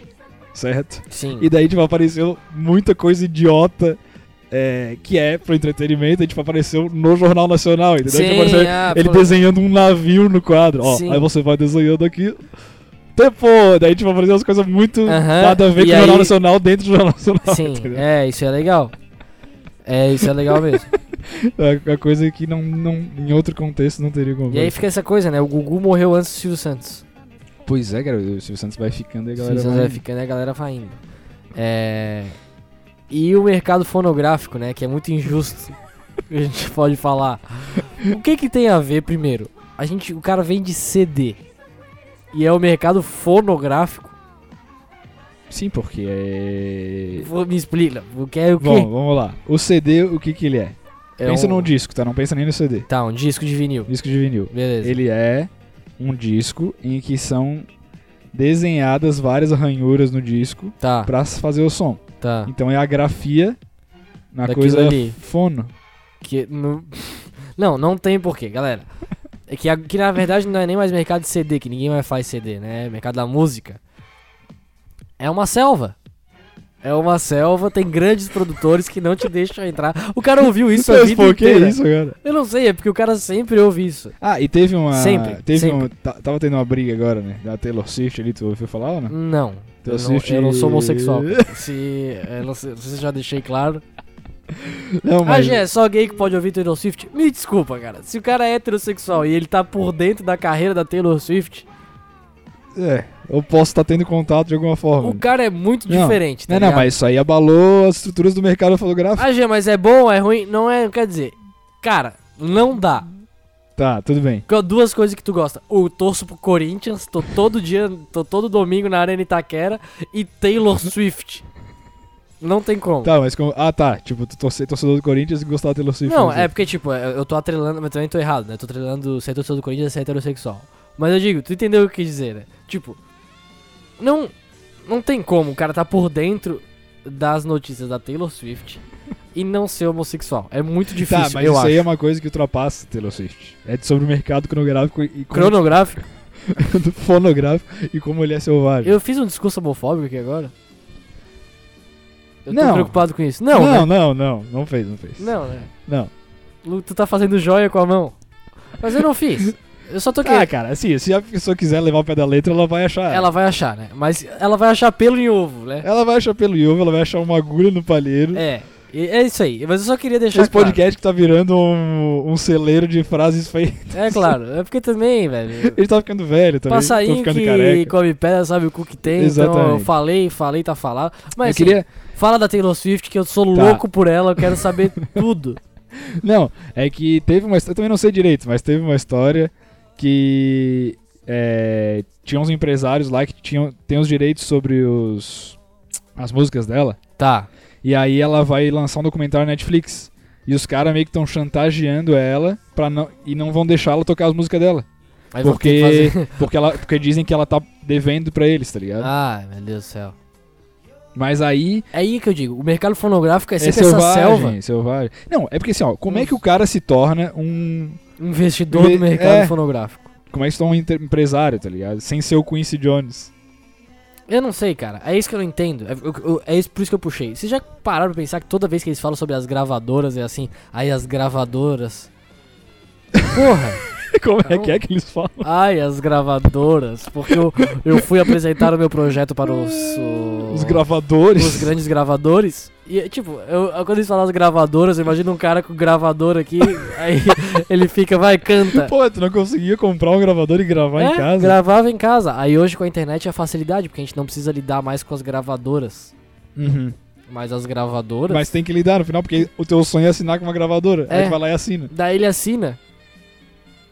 [SPEAKER 2] Certo?
[SPEAKER 1] Sim.
[SPEAKER 2] E daí, tipo, apareceu muita coisa idiota é, que é pro entretenimento, e, tipo, apareceu no Jornal Nacional, entendeu?
[SPEAKER 1] Sim,
[SPEAKER 2] Tipo, apareceu
[SPEAKER 1] ah,
[SPEAKER 2] ele
[SPEAKER 1] pô.
[SPEAKER 2] desenhando um navio no quadro. Ó,
[SPEAKER 1] Sim.
[SPEAKER 2] aí você vai desenhando aqui. Tempo! Daí, tipo, apareceu umas coisas muito
[SPEAKER 1] Aham,
[SPEAKER 2] nada a
[SPEAKER 1] e
[SPEAKER 2] ver com o Jornal
[SPEAKER 1] aí-
[SPEAKER 2] Nacional dentro do Jornal Nacional.
[SPEAKER 1] Sim,
[SPEAKER 2] entendeu?
[SPEAKER 1] é, isso é legal. É, isso é legal mesmo.
[SPEAKER 2] É uma coisa que não, não, em outro contexto não teria como.
[SPEAKER 1] E aí fica essa coisa, né? O Gugu morreu antes do Silvio Santos.
[SPEAKER 2] Pois é, cara, o Silvio Santos vai ficando e a
[SPEAKER 1] O
[SPEAKER 2] galera
[SPEAKER 1] Silvio Santos
[SPEAKER 2] vai...
[SPEAKER 1] vai ficando e né? a galera vai indo. É... E o mercado fonográfico, né? Que é muito injusto. a gente pode falar. O que que tem a ver, primeiro? A gente, o cara vende CD. E é o mercado fonográfico.
[SPEAKER 2] Sim, porque é...
[SPEAKER 1] Vou- Me explica. O que é o quê?
[SPEAKER 2] Bom, vamos lá. O CD, o que que ele é?
[SPEAKER 1] é
[SPEAKER 2] pensa
[SPEAKER 1] um...
[SPEAKER 2] num disco, tá? Não pensa nem no CD.
[SPEAKER 1] Tá, um disco de vinil.
[SPEAKER 2] Disco de vinil.
[SPEAKER 1] Beleza.
[SPEAKER 2] Ele é um disco em que são desenhadas várias ranhuras no disco
[SPEAKER 1] Tá,
[SPEAKER 2] pra se fazer o som.
[SPEAKER 1] tá.
[SPEAKER 2] Então é a grafia na
[SPEAKER 1] Daquilo
[SPEAKER 2] coisa
[SPEAKER 1] ali.
[SPEAKER 2] fono.
[SPEAKER 1] Que não... não, não tem porquê, galera. É que, a- que na verdade não é nem mais mercado de CD, que ninguém mais faz CD, né? É mercado da música. É uma selva. É uma selva, tem grandes produtores que não te deixam entrar. O cara ouviu isso a
[SPEAKER 2] Mas,
[SPEAKER 1] vida
[SPEAKER 2] pô, que
[SPEAKER 1] inteira.
[SPEAKER 2] é isso, cara?
[SPEAKER 1] Eu não sei, é porque o cara sempre ouve isso.
[SPEAKER 2] Ah, e teve uma.
[SPEAKER 1] Sempre,
[SPEAKER 2] Teve
[SPEAKER 1] sempre.
[SPEAKER 2] um- ta- tava tendo uma briga agora, né? Da Taylor Swift ali, tu ouviu falar ou não?
[SPEAKER 1] Não. eu,
[SPEAKER 2] Tu
[SPEAKER 1] não
[SPEAKER 2] assiste-
[SPEAKER 1] eu não sou homossexual. Se, eu não sei, se eu já deixei claro.
[SPEAKER 2] Não,
[SPEAKER 1] Ah,
[SPEAKER 2] mas.
[SPEAKER 1] Gê, é só gay que pode ouvir Taylor Swift? Me desculpa, cara. Se o cara é heterossexual e ele tá por dentro da carreira da Taylor Swift,
[SPEAKER 2] É, eu posso estar tendo contato de alguma forma.
[SPEAKER 1] o cara é muito
[SPEAKER 2] Não,
[SPEAKER 1] diferente, tá
[SPEAKER 2] não, não,
[SPEAKER 1] ligado?
[SPEAKER 2] mas isso aí abalou as estruturas do mercado fotográfico.
[SPEAKER 1] Ah, Gê, mas é bom, é ruim? Não é, quer dizer... Cara, não dá. Ah.
[SPEAKER 2] Tá, tudo bem.
[SPEAKER 1] Porque, ó, Duas coisas que tu gosta. Eu torço pro Corinthians, tô todo dia, tô todo domingo na Arena Itaquera e Taylor Swift. Não tem como.
[SPEAKER 2] Tá, mas como. Ah, tá. Tipo, tu torce- torcedor do Corinthians e gostar da Taylor Swift.
[SPEAKER 1] Não,
[SPEAKER 2] vamos dizer.
[SPEAKER 1] é porque, tipo, eu eu tô atrelando, mas também tô errado, né? Eu tô atrelando ser torcedor do Corinthians a ser heterossexual. Mas eu digo, tu entendeu o que eu quis dizer, né? Tipo, não, não tem como o cara tá por dentro das notícias da Taylor Swift e não ser homossexual. É muito difícil,
[SPEAKER 2] Tá, mas
[SPEAKER 1] eu
[SPEAKER 2] isso
[SPEAKER 1] acho.
[SPEAKER 2] aí é uma coisa que ultrapassa Taylor Swift. É de- sobre o mercado cronográfico e como-
[SPEAKER 1] Cronográfico.
[SPEAKER 2] do fonográfico e como ele é selvagem.
[SPEAKER 1] Eu fiz um discurso homofóbico aqui agora. Eu
[SPEAKER 2] Não.
[SPEAKER 1] tô preocupado com isso. Não,
[SPEAKER 2] não,
[SPEAKER 1] né?
[SPEAKER 2] não, não, não fez, não fez.
[SPEAKER 1] Não, né?
[SPEAKER 2] Não.
[SPEAKER 1] Lu, Tu tá fazendo joia com a mão. Mas eu não fiz. Eu só tô querendo.
[SPEAKER 2] Ah, cara, assim, se a pessoa quiser levar o pé da letra, ela vai achar.
[SPEAKER 1] Ela vai achar, né? Mas ela vai achar pelo em ovo, né?
[SPEAKER 2] Ela vai achar pelo Yuva, ela vai achar uma agulha no palheiro.
[SPEAKER 1] É. e- É isso aí. Mas eu só queria deixar
[SPEAKER 2] Esse
[SPEAKER 1] claro.
[SPEAKER 2] podcast que tá virando um, um celeiro de frases feias.
[SPEAKER 1] É claro. É porque também, velho.
[SPEAKER 2] Ele tá ficando velho também. tô
[SPEAKER 1] passarinho
[SPEAKER 2] ficando
[SPEAKER 1] que
[SPEAKER 2] careca.
[SPEAKER 1] come pedra sabe o cu que tem. Então eu
[SPEAKER 2] Exatamente.
[SPEAKER 1] falei, falei, tá falado. Mas
[SPEAKER 2] eu queria.
[SPEAKER 1] assim, fala da Taylor Swift que eu sou
[SPEAKER 2] Tá.
[SPEAKER 1] louco por ela, eu quero saber tudo.
[SPEAKER 2] Não, é que teve uma história. Eu também não sei direito, mas teve uma história que. É, tinha uns empresários lá que tinham tem os direitos sobre os as músicas dela.
[SPEAKER 1] Tá.
[SPEAKER 2] E aí ela vai lançar um documentário na Netflix. E os caras meio que estão chantageando ela pra não, e não vão deixar ela tocar as músicas dela.
[SPEAKER 1] Aí vou ter que
[SPEAKER 2] Porque,
[SPEAKER 1] fazer-
[SPEAKER 2] porque, ela, porque dizem que ela tá devendo pra eles, tá ligado?
[SPEAKER 1] Ai, meu Deus do céu.
[SPEAKER 2] Mas aí
[SPEAKER 1] É aí que eu digo, o mercado fonográfico é
[SPEAKER 2] é
[SPEAKER 1] sempre essa selva.
[SPEAKER 2] selvagem, selvagem. Não, é porque assim, ó, como é que o cara se torna um
[SPEAKER 1] Investidor
[SPEAKER 2] Me-
[SPEAKER 1] do mercado
[SPEAKER 2] é.
[SPEAKER 1] fonográfico.
[SPEAKER 2] Como é que você é um inter- empresário, tá ligado? Sem ser o Quincy Jones.
[SPEAKER 1] Eu não sei, cara. É isso que eu não entendo. É, eu- eu- é isso por isso que eu puxei. Vocês já pararam pra pensar que toda vez que eles falam sobre as gravadoras é assim, aí as gravadoras. Porra!
[SPEAKER 2] Como é
[SPEAKER 1] Não.
[SPEAKER 2] que é que eles falam?
[SPEAKER 1] Ai, as gravadoras. Porque eu, eu fui apresentar o meu projeto para os. o-
[SPEAKER 2] Os gravadores.
[SPEAKER 1] os grandes gravadores. E, é, tipo, eu, eu- quando eles falam as gravadoras, eu imagino um cara com gravador aqui, aí ele fica, vai, canta.
[SPEAKER 2] Pô, tu não conseguia comprar um gravador e gravar
[SPEAKER 1] É,
[SPEAKER 2] em casa?
[SPEAKER 1] Gravava em casa. Aí hoje com a internet é facilidade, porque a gente não precisa lidar mais com as gravadoras.
[SPEAKER 2] Uhum.
[SPEAKER 1] Mas as gravadoras.
[SPEAKER 2] Mas tem que lidar no final, porque o teu sonho é assinar com uma gravadora.
[SPEAKER 1] É.
[SPEAKER 2] Aí tu vai lá e assina.
[SPEAKER 1] Daí ele assina.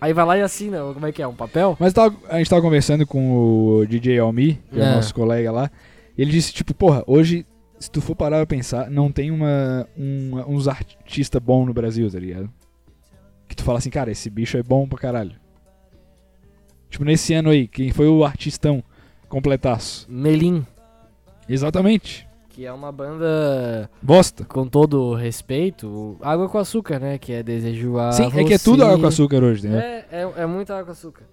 [SPEAKER 1] Aí vai lá e assina. Como é que é? Um papel?
[SPEAKER 2] Mas tava- a gente tava conversando com o DJ Almi, que é,
[SPEAKER 1] É.
[SPEAKER 2] o nosso colega lá. e ele disse, tipo, porra, hoje, se tu for parar pra pensar, não tem uma, uma- uns artistas bons no Brasil, tá ligado? Que tu fala assim, cara, esse bicho é bom pra caralho. Tipo, nesse ano aí, quem foi o artistão completaço?
[SPEAKER 1] Melim.
[SPEAKER 2] Exatamente.
[SPEAKER 1] que é uma banda
[SPEAKER 2] Bosta.
[SPEAKER 1] com todo o respeito, Água com Açúcar, né? Que é Desejo a
[SPEAKER 2] Sim, é que é tudo
[SPEAKER 1] você.
[SPEAKER 2] água com açúcar hoje, né?
[SPEAKER 1] É, é, é muita água com açúcar.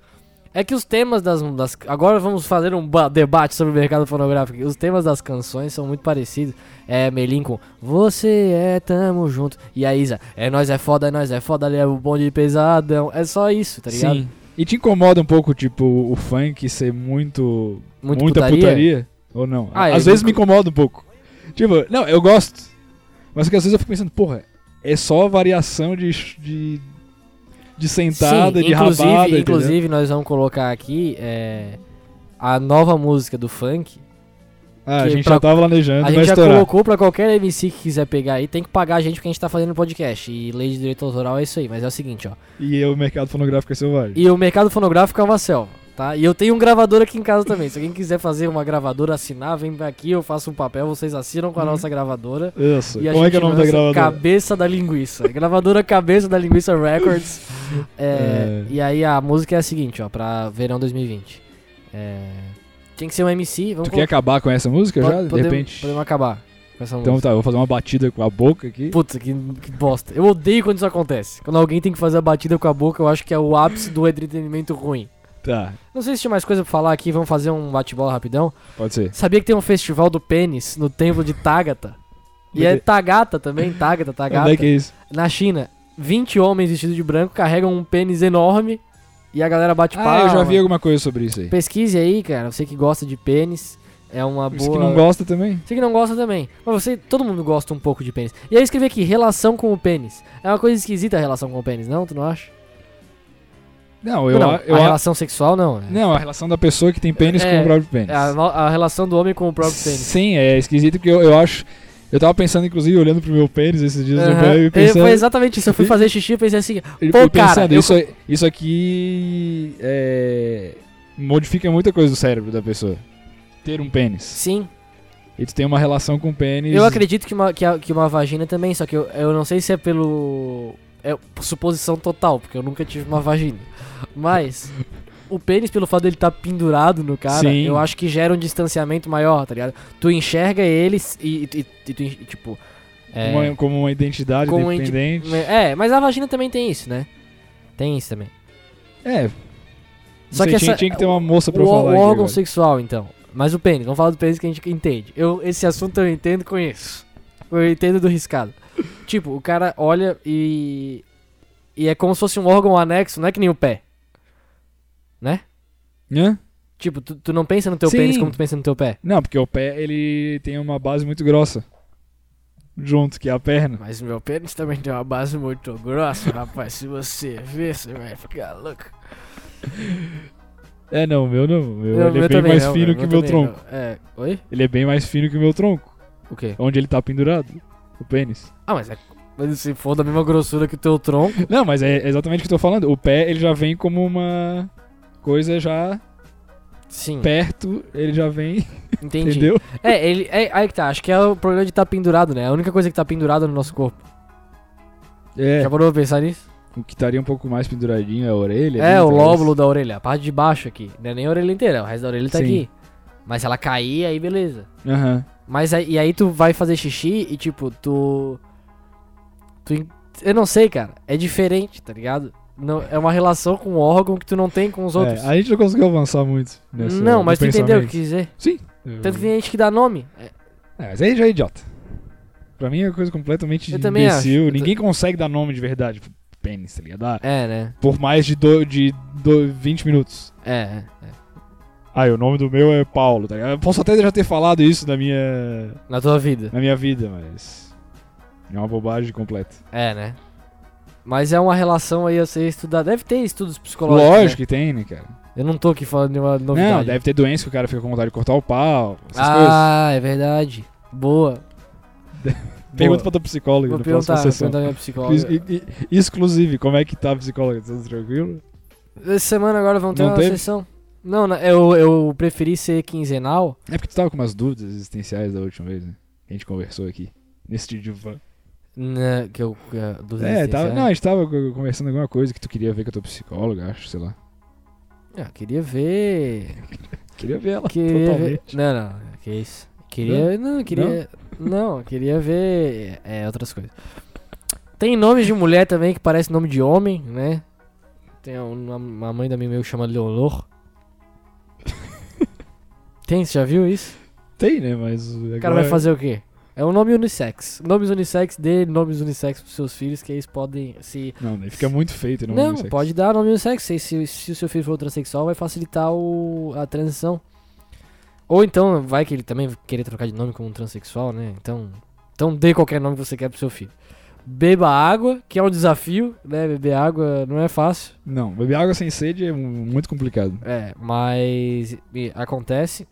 [SPEAKER 1] É que os temas das, das- Agora vamos fazer um ba- debate sobre o mercado fonográfico. Os temas das canções são muito parecidos. É Melim com Você é Tamo Junto. E a Isa, é nós é foda, é nós é foda, ali é o bonde pesadão. É só isso, tá ligado?
[SPEAKER 2] Sim. E te incomoda um pouco, tipo, o funk ser muito.
[SPEAKER 1] Muito
[SPEAKER 2] muita
[SPEAKER 1] putaria.
[SPEAKER 2] putaria? Ou não?
[SPEAKER 1] Ah,
[SPEAKER 2] às
[SPEAKER 1] eu
[SPEAKER 2] vezes
[SPEAKER 1] nunca-
[SPEAKER 2] me incomoda um pouco. Tipo, não, eu gosto. Mas que às vezes eu fico pensando, porra, é só variação de. de, de sentada,
[SPEAKER 1] Sim,
[SPEAKER 2] de
[SPEAKER 1] inclusive,
[SPEAKER 2] rabada. entendeu?
[SPEAKER 1] inclusive nós vamos colocar aqui é, a nova música do funk.
[SPEAKER 2] Ah, a
[SPEAKER 1] que
[SPEAKER 2] gente
[SPEAKER 1] pra-
[SPEAKER 2] já tava planejando,
[SPEAKER 1] a
[SPEAKER 2] vai
[SPEAKER 1] gente já
[SPEAKER 2] estourar.
[SPEAKER 1] colocou pra qualquer MC que quiser pegar aí, tem que pagar a gente porque a gente tá fazendo podcast. E lei de direito autoral é isso aí, mas é o seguinte, ó.
[SPEAKER 2] E o mercado fonográfico é selvagem.
[SPEAKER 1] E o mercado fonográfico é uma selva, tá? E eu tenho um gravador aqui em casa também. Se alguém quiser fazer uma gravadora, assinar, vem aqui, eu faço um papel, vocês assinam com a
[SPEAKER 2] Uhum.
[SPEAKER 1] nossa gravadora.
[SPEAKER 2] Isso.
[SPEAKER 1] E a
[SPEAKER 2] Como é que é o
[SPEAKER 1] gente
[SPEAKER 2] nome da
[SPEAKER 1] lança
[SPEAKER 2] gravadora?
[SPEAKER 1] Cabeça da Linguiça. gravadora Cabeça da Linguiça Records. É,
[SPEAKER 2] É.
[SPEAKER 1] E aí a música é a seguinte, ó, pra verão 2020. É, tem que ser um MC, vamos
[SPEAKER 2] Tu quer acabar com essa música
[SPEAKER 1] colo-
[SPEAKER 2] já?
[SPEAKER 1] pode-
[SPEAKER 2] de
[SPEAKER 1] podemos-
[SPEAKER 2] repente.
[SPEAKER 1] Podemos acabar com essa música.
[SPEAKER 2] Então tá, eu vou fazer uma batida com a boca aqui.
[SPEAKER 1] Puta, que, que bosta. Eu odeio quando isso acontece. Quando alguém tem que fazer a batida com a boca, eu acho que é o ápice do entretenimento ruim.
[SPEAKER 2] Tá,
[SPEAKER 1] Não sei se tinha mais coisa pra falar aqui, vamos fazer um bate-bola rapidão.
[SPEAKER 2] pode ser.
[SPEAKER 1] Sabia que tem um festival do pênis no templo de Tagata? E é Tagata também, Tagata,
[SPEAKER 2] Onde
[SPEAKER 1] Tagata.
[SPEAKER 2] é que é isso?
[SPEAKER 1] Na China, 20 homens vestidos de branco carregam um pênis enorme e a galera bate
[SPEAKER 2] Ah,
[SPEAKER 1] palma.
[SPEAKER 2] eu já vi alguma coisa sobre isso aí.
[SPEAKER 1] Pesquise aí, cara, você que gosta de pênis, é uma
[SPEAKER 2] Isso
[SPEAKER 1] boa...
[SPEAKER 2] que não gosta também.
[SPEAKER 1] Você que não gosta também. Mas você, todo mundo gosta um pouco de pênis. E aí eu escrevi aqui, relação com o pênis. É uma coisa esquisita a relação com o pênis, não? Tu não acha?
[SPEAKER 2] Não, eu,
[SPEAKER 1] não,
[SPEAKER 2] a- eu
[SPEAKER 1] a
[SPEAKER 2] a-
[SPEAKER 1] relação sexual não. É.
[SPEAKER 2] não, a relação da pessoa que tem pênis
[SPEAKER 1] É,
[SPEAKER 2] com o próprio pênis.
[SPEAKER 1] É a, no- a relação do homem com o próprio pênis.
[SPEAKER 2] Sim, é esquisito porque eu, eu acho. Eu tava pensando, inclusive, olhando pro meu pênis esses dias no
[SPEAKER 1] Aham.
[SPEAKER 2] banho e
[SPEAKER 1] Eu-
[SPEAKER 2] pensando.
[SPEAKER 1] Foi exatamente isso. Eu fui fazer xixi e pensei assim:
[SPEAKER 2] e- e
[SPEAKER 1] pô, cara,
[SPEAKER 2] pensando,
[SPEAKER 1] eu-
[SPEAKER 2] isso, isso aqui é, modifica muita coisa do cérebro da pessoa. Ter um pênis.
[SPEAKER 1] sim,
[SPEAKER 2] E tu tem uma relação com o pênis.
[SPEAKER 1] eu acredito que uma, que, a- que uma vagina também, só que eu, eu não sei se é pelo. É por suposição total, porque eu nunca tive uma vagina. Mas. O pênis, pelo fato dele estar pendurado no cara,
[SPEAKER 2] Sim.
[SPEAKER 1] eu acho que gera um distanciamento maior, tá ligado? Tu enxerga eles e, e- e tu, enx- tipo. é,
[SPEAKER 2] Uma, como uma identidade
[SPEAKER 1] Como uma inti-
[SPEAKER 2] independente.
[SPEAKER 1] É, mas a vagina também tem isso, né? Tem isso também.
[SPEAKER 2] É. não
[SPEAKER 1] Só
[SPEAKER 2] sei,
[SPEAKER 1] que
[SPEAKER 2] tinha,
[SPEAKER 1] essa-
[SPEAKER 2] tinha que ter uma moça pra
[SPEAKER 1] o,
[SPEAKER 2] eu falar.
[SPEAKER 1] o
[SPEAKER 2] aqui
[SPEAKER 1] órgão
[SPEAKER 2] agora.
[SPEAKER 1] sexual, então. Mas o pênis, vamos falar do pênis que a gente entende. Eu, esse assunto eu entendo e conheço. Eu entendo do riscado. tipo, o cara olha e. E é como se fosse um órgão anexo, não é que nem o pé.
[SPEAKER 2] Hã?
[SPEAKER 1] Tipo, tu, tu não pensa no teu
[SPEAKER 2] Sim.
[SPEAKER 1] pênis como tu pensa no teu pé.
[SPEAKER 2] Não, porque o pé ele tem uma base muito grossa. Junto, que é a perna.
[SPEAKER 1] Mas o meu pênis também tem uma base muito grossa, rapaz. Se você ver, você vai ficar louco.
[SPEAKER 2] É, não, o meu não. O Meu,
[SPEAKER 1] Eu-
[SPEAKER 2] ele
[SPEAKER 1] meu
[SPEAKER 2] é bem
[SPEAKER 1] também
[SPEAKER 2] mais
[SPEAKER 1] não,
[SPEAKER 2] fino que o meu
[SPEAKER 1] também
[SPEAKER 2] tronco.
[SPEAKER 1] não. É. Oi?
[SPEAKER 2] Ele é bem mais fino que o meu tronco.
[SPEAKER 1] O quê?
[SPEAKER 2] Onde ele tá pendurado. O pênis.
[SPEAKER 1] Ah, mas é. Mas se for da mesma grossura que o teu tronco.
[SPEAKER 2] Não, mas é exatamente o que eu tô falando. O pé, ele já vem como uma coisa já
[SPEAKER 1] Sim,
[SPEAKER 2] perto. Ele já vem,
[SPEAKER 1] entendi.
[SPEAKER 2] entendeu?
[SPEAKER 1] É, ele. É, aí que tá, acho que é o problema de estar pendurado, né? É a única coisa que tá pendurada no nosso corpo.
[SPEAKER 2] É.
[SPEAKER 1] Já parou pra pensar nisso?
[SPEAKER 2] O que estaria um pouco mais penduradinho é a orelha.
[SPEAKER 1] é,
[SPEAKER 2] ali,
[SPEAKER 1] o
[SPEAKER 2] talvez.
[SPEAKER 1] lóbulo da orelha, a parte de baixo aqui. Não é nem a orelha inteira, o resto da orelha tá
[SPEAKER 2] Sim.
[SPEAKER 1] aqui. Mas se ela cair, aí beleza.
[SPEAKER 2] Aham.
[SPEAKER 1] Mas aí, e aí tu vai fazer xixi e tipo, tu. Tu. en- Eu não sei, cara. É diferente, tá ligado? Não, é uma relação com o órgão que tu não tem com os
[SPEAKER 2] É,
[SPEAKER 1] outros.
[SPEAKER 2] a gente não conseguiu avançar muito nessa.
[SPEAKER 1] não, mas tu
[SPEAKER 2] no
[SPEAKER 1] entendeu o que
[SPEAKER 2] pensamento.
[SPEAKER 1] quis dizer?
[SPEAKER 2] Sim.
[SPEAKER 1] Tanto que tem gente que dá nome. É,
[SPEAKER 2] É, mas aí já é idiota. Pra mim é uma coisa completamente
[SPEAKER 1] Eu também
[SPEAKER 2] imbecil.
[SPEAKER 1] acho. Eu
[SPEAKER 2] Ninguém consegue dar nome de verdade pro pênis, tá ligado? Ah,
[SPEAKER 1] É, né?
[SPEAKER 2] Por mais de, do, de do, 20 minutos.
[SPEAKER 1] É, é.
[SPEAKER 2] Ah, e o nome do meu é Paulo, tá ligado? Eu posso até já ter falado isso na minha,
[SPEAKER 1] Na tua vida.
[SPEAKER 2] na minha vida, mas. É uma bobagem completa.
[SPEAKER 1] É, né? Mas é uma relação aí a ser estudada. Deve ter estudos psicológicos.
[SPEAKER 2] Lógico que tem, né, cara?
[SPEAKER 1] né? Eu não tô aqui falando nenhuma novidade.
[SPEAKER 2] Não, deve ter doença que o cara fica com vontade de cortar o pau, essas coisas.
[SPEAKER 1] Ah, é verdade. Boa.
[SPEAKER 2] Pergunta pra
[SPEAKER 1] Boa.
[SPEAKER 2] tua psicóloga
[SPEAKER 1] Vou
[SPEAKER 2] na
[SPEAKER 1] perguntar,
[SPEAKER 2] próxima
[SPEAKER 1] vou
[SPEAKER 2] sessão.
[SPEAKER 1] perguntar à minha psicóloga.
[SPEAKER 2] I- i- Exclusive, como é que tá a psicóloga? Tudo tranquilo?
[SPEAKER 1] Essa semana agora vão ter
[SPEAKER 2] Não
[SPEAKER 1] uma
[SPEAKER 2] teve?
[SPEAKER 1] sessão. Não, na- eu, eu preferi ser quinzenal.
[SPEAKER 2] É porque tu tava com umas dúvidas existenciais da última vez, né? Que a gente conversou aqui. Nesse divã.
[SPEAKER 1] né, que eu, que eu- dos
[SPEAKER 2] É, tava,
[SPEAKER 1] existenciais.
[SPEAKER 2] não, a gente tava co- conversando alguma coisa que tu queria ver com a tua psicóloga, acho, sei lá.
[SPEAKER 1] Ah, queria ver.
[SPEAKER 2] Queria ver ela
[SPEAKER 1] Queria ver.
[SPEAKER 2] totalmente.
[SPEAKER 1] né? Não, não, que isso. Queria. Não, queria. Não, queria ver. É, outras coisas. Tem nomes de mulher também que parece nome de homem, né? Tem um, uma, uma mãe da minha amiga que chama Leonor. Tem, você já viu isso?
[SPEAKER 2] Tem, né? Mas.
[SPEAKER 1] O cara vai fazer o quê? É um nome unissex. Nomes unissex dê nomes unissex pros seus filhos, que eles podem se.
[SPEAKER 2] Não, daí fica muito feio ter nome
[SPEAKER 1] não,
[SPEAKER 2] unissex.
[SPEAKER 1] pode dar nome unissex. Se, se, se o seu filho for transexual, vai facilitar o, a transição. Ou então, vai que ele também querer trocar de nome como um transexual, né? Então, então dê qualquer nome que você quer pro seu filho. Beba água, que é um desafio, né? Beber água não é fácil.
[SPEAKER 2] Não, beber água sem sede é mu- muito complicado.
[SPEAKER 1] É, mas e, acontece.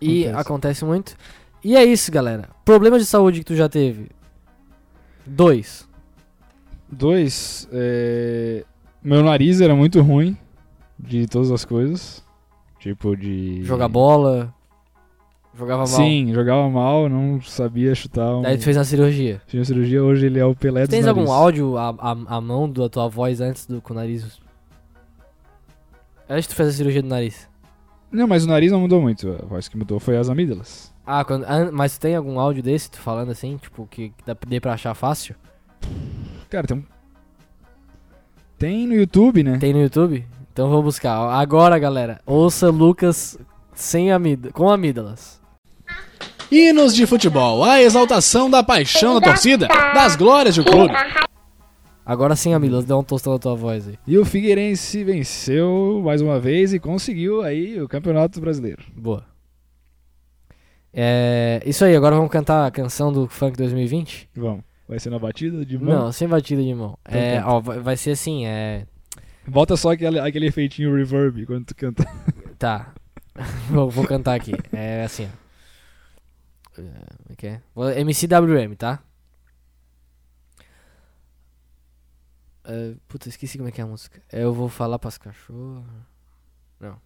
[SPEAKER 1] E acontece muito. E é isso, galera. Problemas de saúde que tu já teve? Dois.
[SPEAKER 2] Dois, é, meu nariz era muito ruim de todas as coisas. Tipo de.
[SPEAKER 1] Jogar bola. Jogava mal.
[SPEAKER 2] Sim, jogava mal, não sabia chutar. Um...
[SPEAKER 1] Daí tu fez a cirurgia.
[SPEAKER 2] Tinha cirurgia, hoje ele é o Pelé
[SPEAKER 1] Tu
[SPEAKER 2] dos
[SPEAKER 1] tens
[SPEAKER 2] narizes.
[SPEAKER 1] algum áudio à, à, à mão da tua voz antes do com o nariz? Antes de tu fez a cirurgia do nariz.
[SPEAKER 2] Não, mas o nariz não mudou muito. A voz que mudou foi as amígdalas.
[SPEAKER 1] Ah, quando, an- mas tu tem algum áudio desse, tu falando assim, tipo, que dá, dê pra achar fácil?
[SPEAKER 2] Cara, tem um... Tem no YouTube, né?
[SPEAKER 1] Tem no YouTube? Então vou buscar. Agora, galera, ouça Lucas sem amígdala, com amígdalas.
[SPEAKER 3] Hinos de futebol, a exaltação da paixão da torcida, das glórias do clube.
[SPEAKER 1] Agora sem amígdalas, dá um tostão na tua voz aí.
[SPEAKER 2] E o Figueirense venceu mais uma vez e conseguiu aí o Campeonato Brasileiro.
[SPEAKER 1] Boa. É, isso aí, agora vamos cantar a canção do Funk 2020?
[SPEAKER 2] Vamos. Vai ser na batida de mão.
[SPEAKER 1] Não, sem batida de mão.
[SPEAKER 2] Então
[SPEAKER 1] É,
[SPEAKER 2] canta.
[SPEAKER 1] ó, vai vai ser assim, é.
[SPEAKER 2] Volta só aquele, aquele efeitinho reverb quando tu canta.
[SPEAKER 1] Tá. vou, vou cantar aqui. É assim, ó. É, Como é que é? Vou- MCWM, tá? É, puta, esqueci como é que é a música. É, Eu vou falar pras cachorras. Não.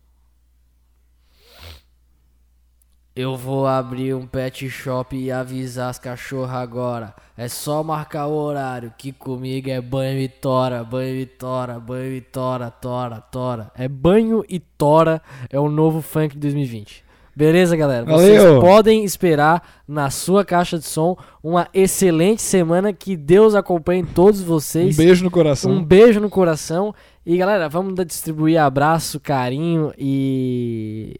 [SPEAKER 1] Eu vou abrir um pet shop e avisar as cachorras agora. É só marcar o horário, que comigo é banho e tora, banho e tora, banho e tora, tora, tora. É banho e tora, é o novo funk de 2020. Beleza, galera? Vocês
[SPEAKER 2] Valeu!
[SPEAKER 1] podem esperar na sua caixa de som uma excelente semana. Que Deus acompanhe todos
[SPEAKER 2] Um
[SPEAKER 1] vocês.
[SPEAKER 2] beijo no coração.
[SPEAKER 1] Um beijo no coração. E galera, vamos dar- distribuir abraço, carinho e.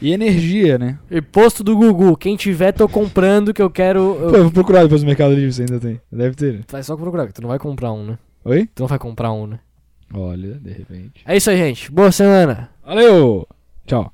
[SPEAKER 2] E energia, né?
[SPEAKER 1] E posto do Gugu. Quem tiver, tô comprando que eu quero.
[SPEAKER 2] Pô,
[SPEAKER 1] eu-
[SPEAKER 2] eu vou procurar depois no Mercado Livre se ainda tem. Deve ter. né?
[SPEAKER 1] Vai só procurar, que tu não vai comprar um, né?
[SPEAKER 2] Oi?
[SPEAKER 1] Tu não vai comprar um, né?
[SPEAKER 2] Olha, de repente.
[SPEAKER 1] É isso aí, gente. Boa semana.
[SPEAKER 2] Valeu! Tchau.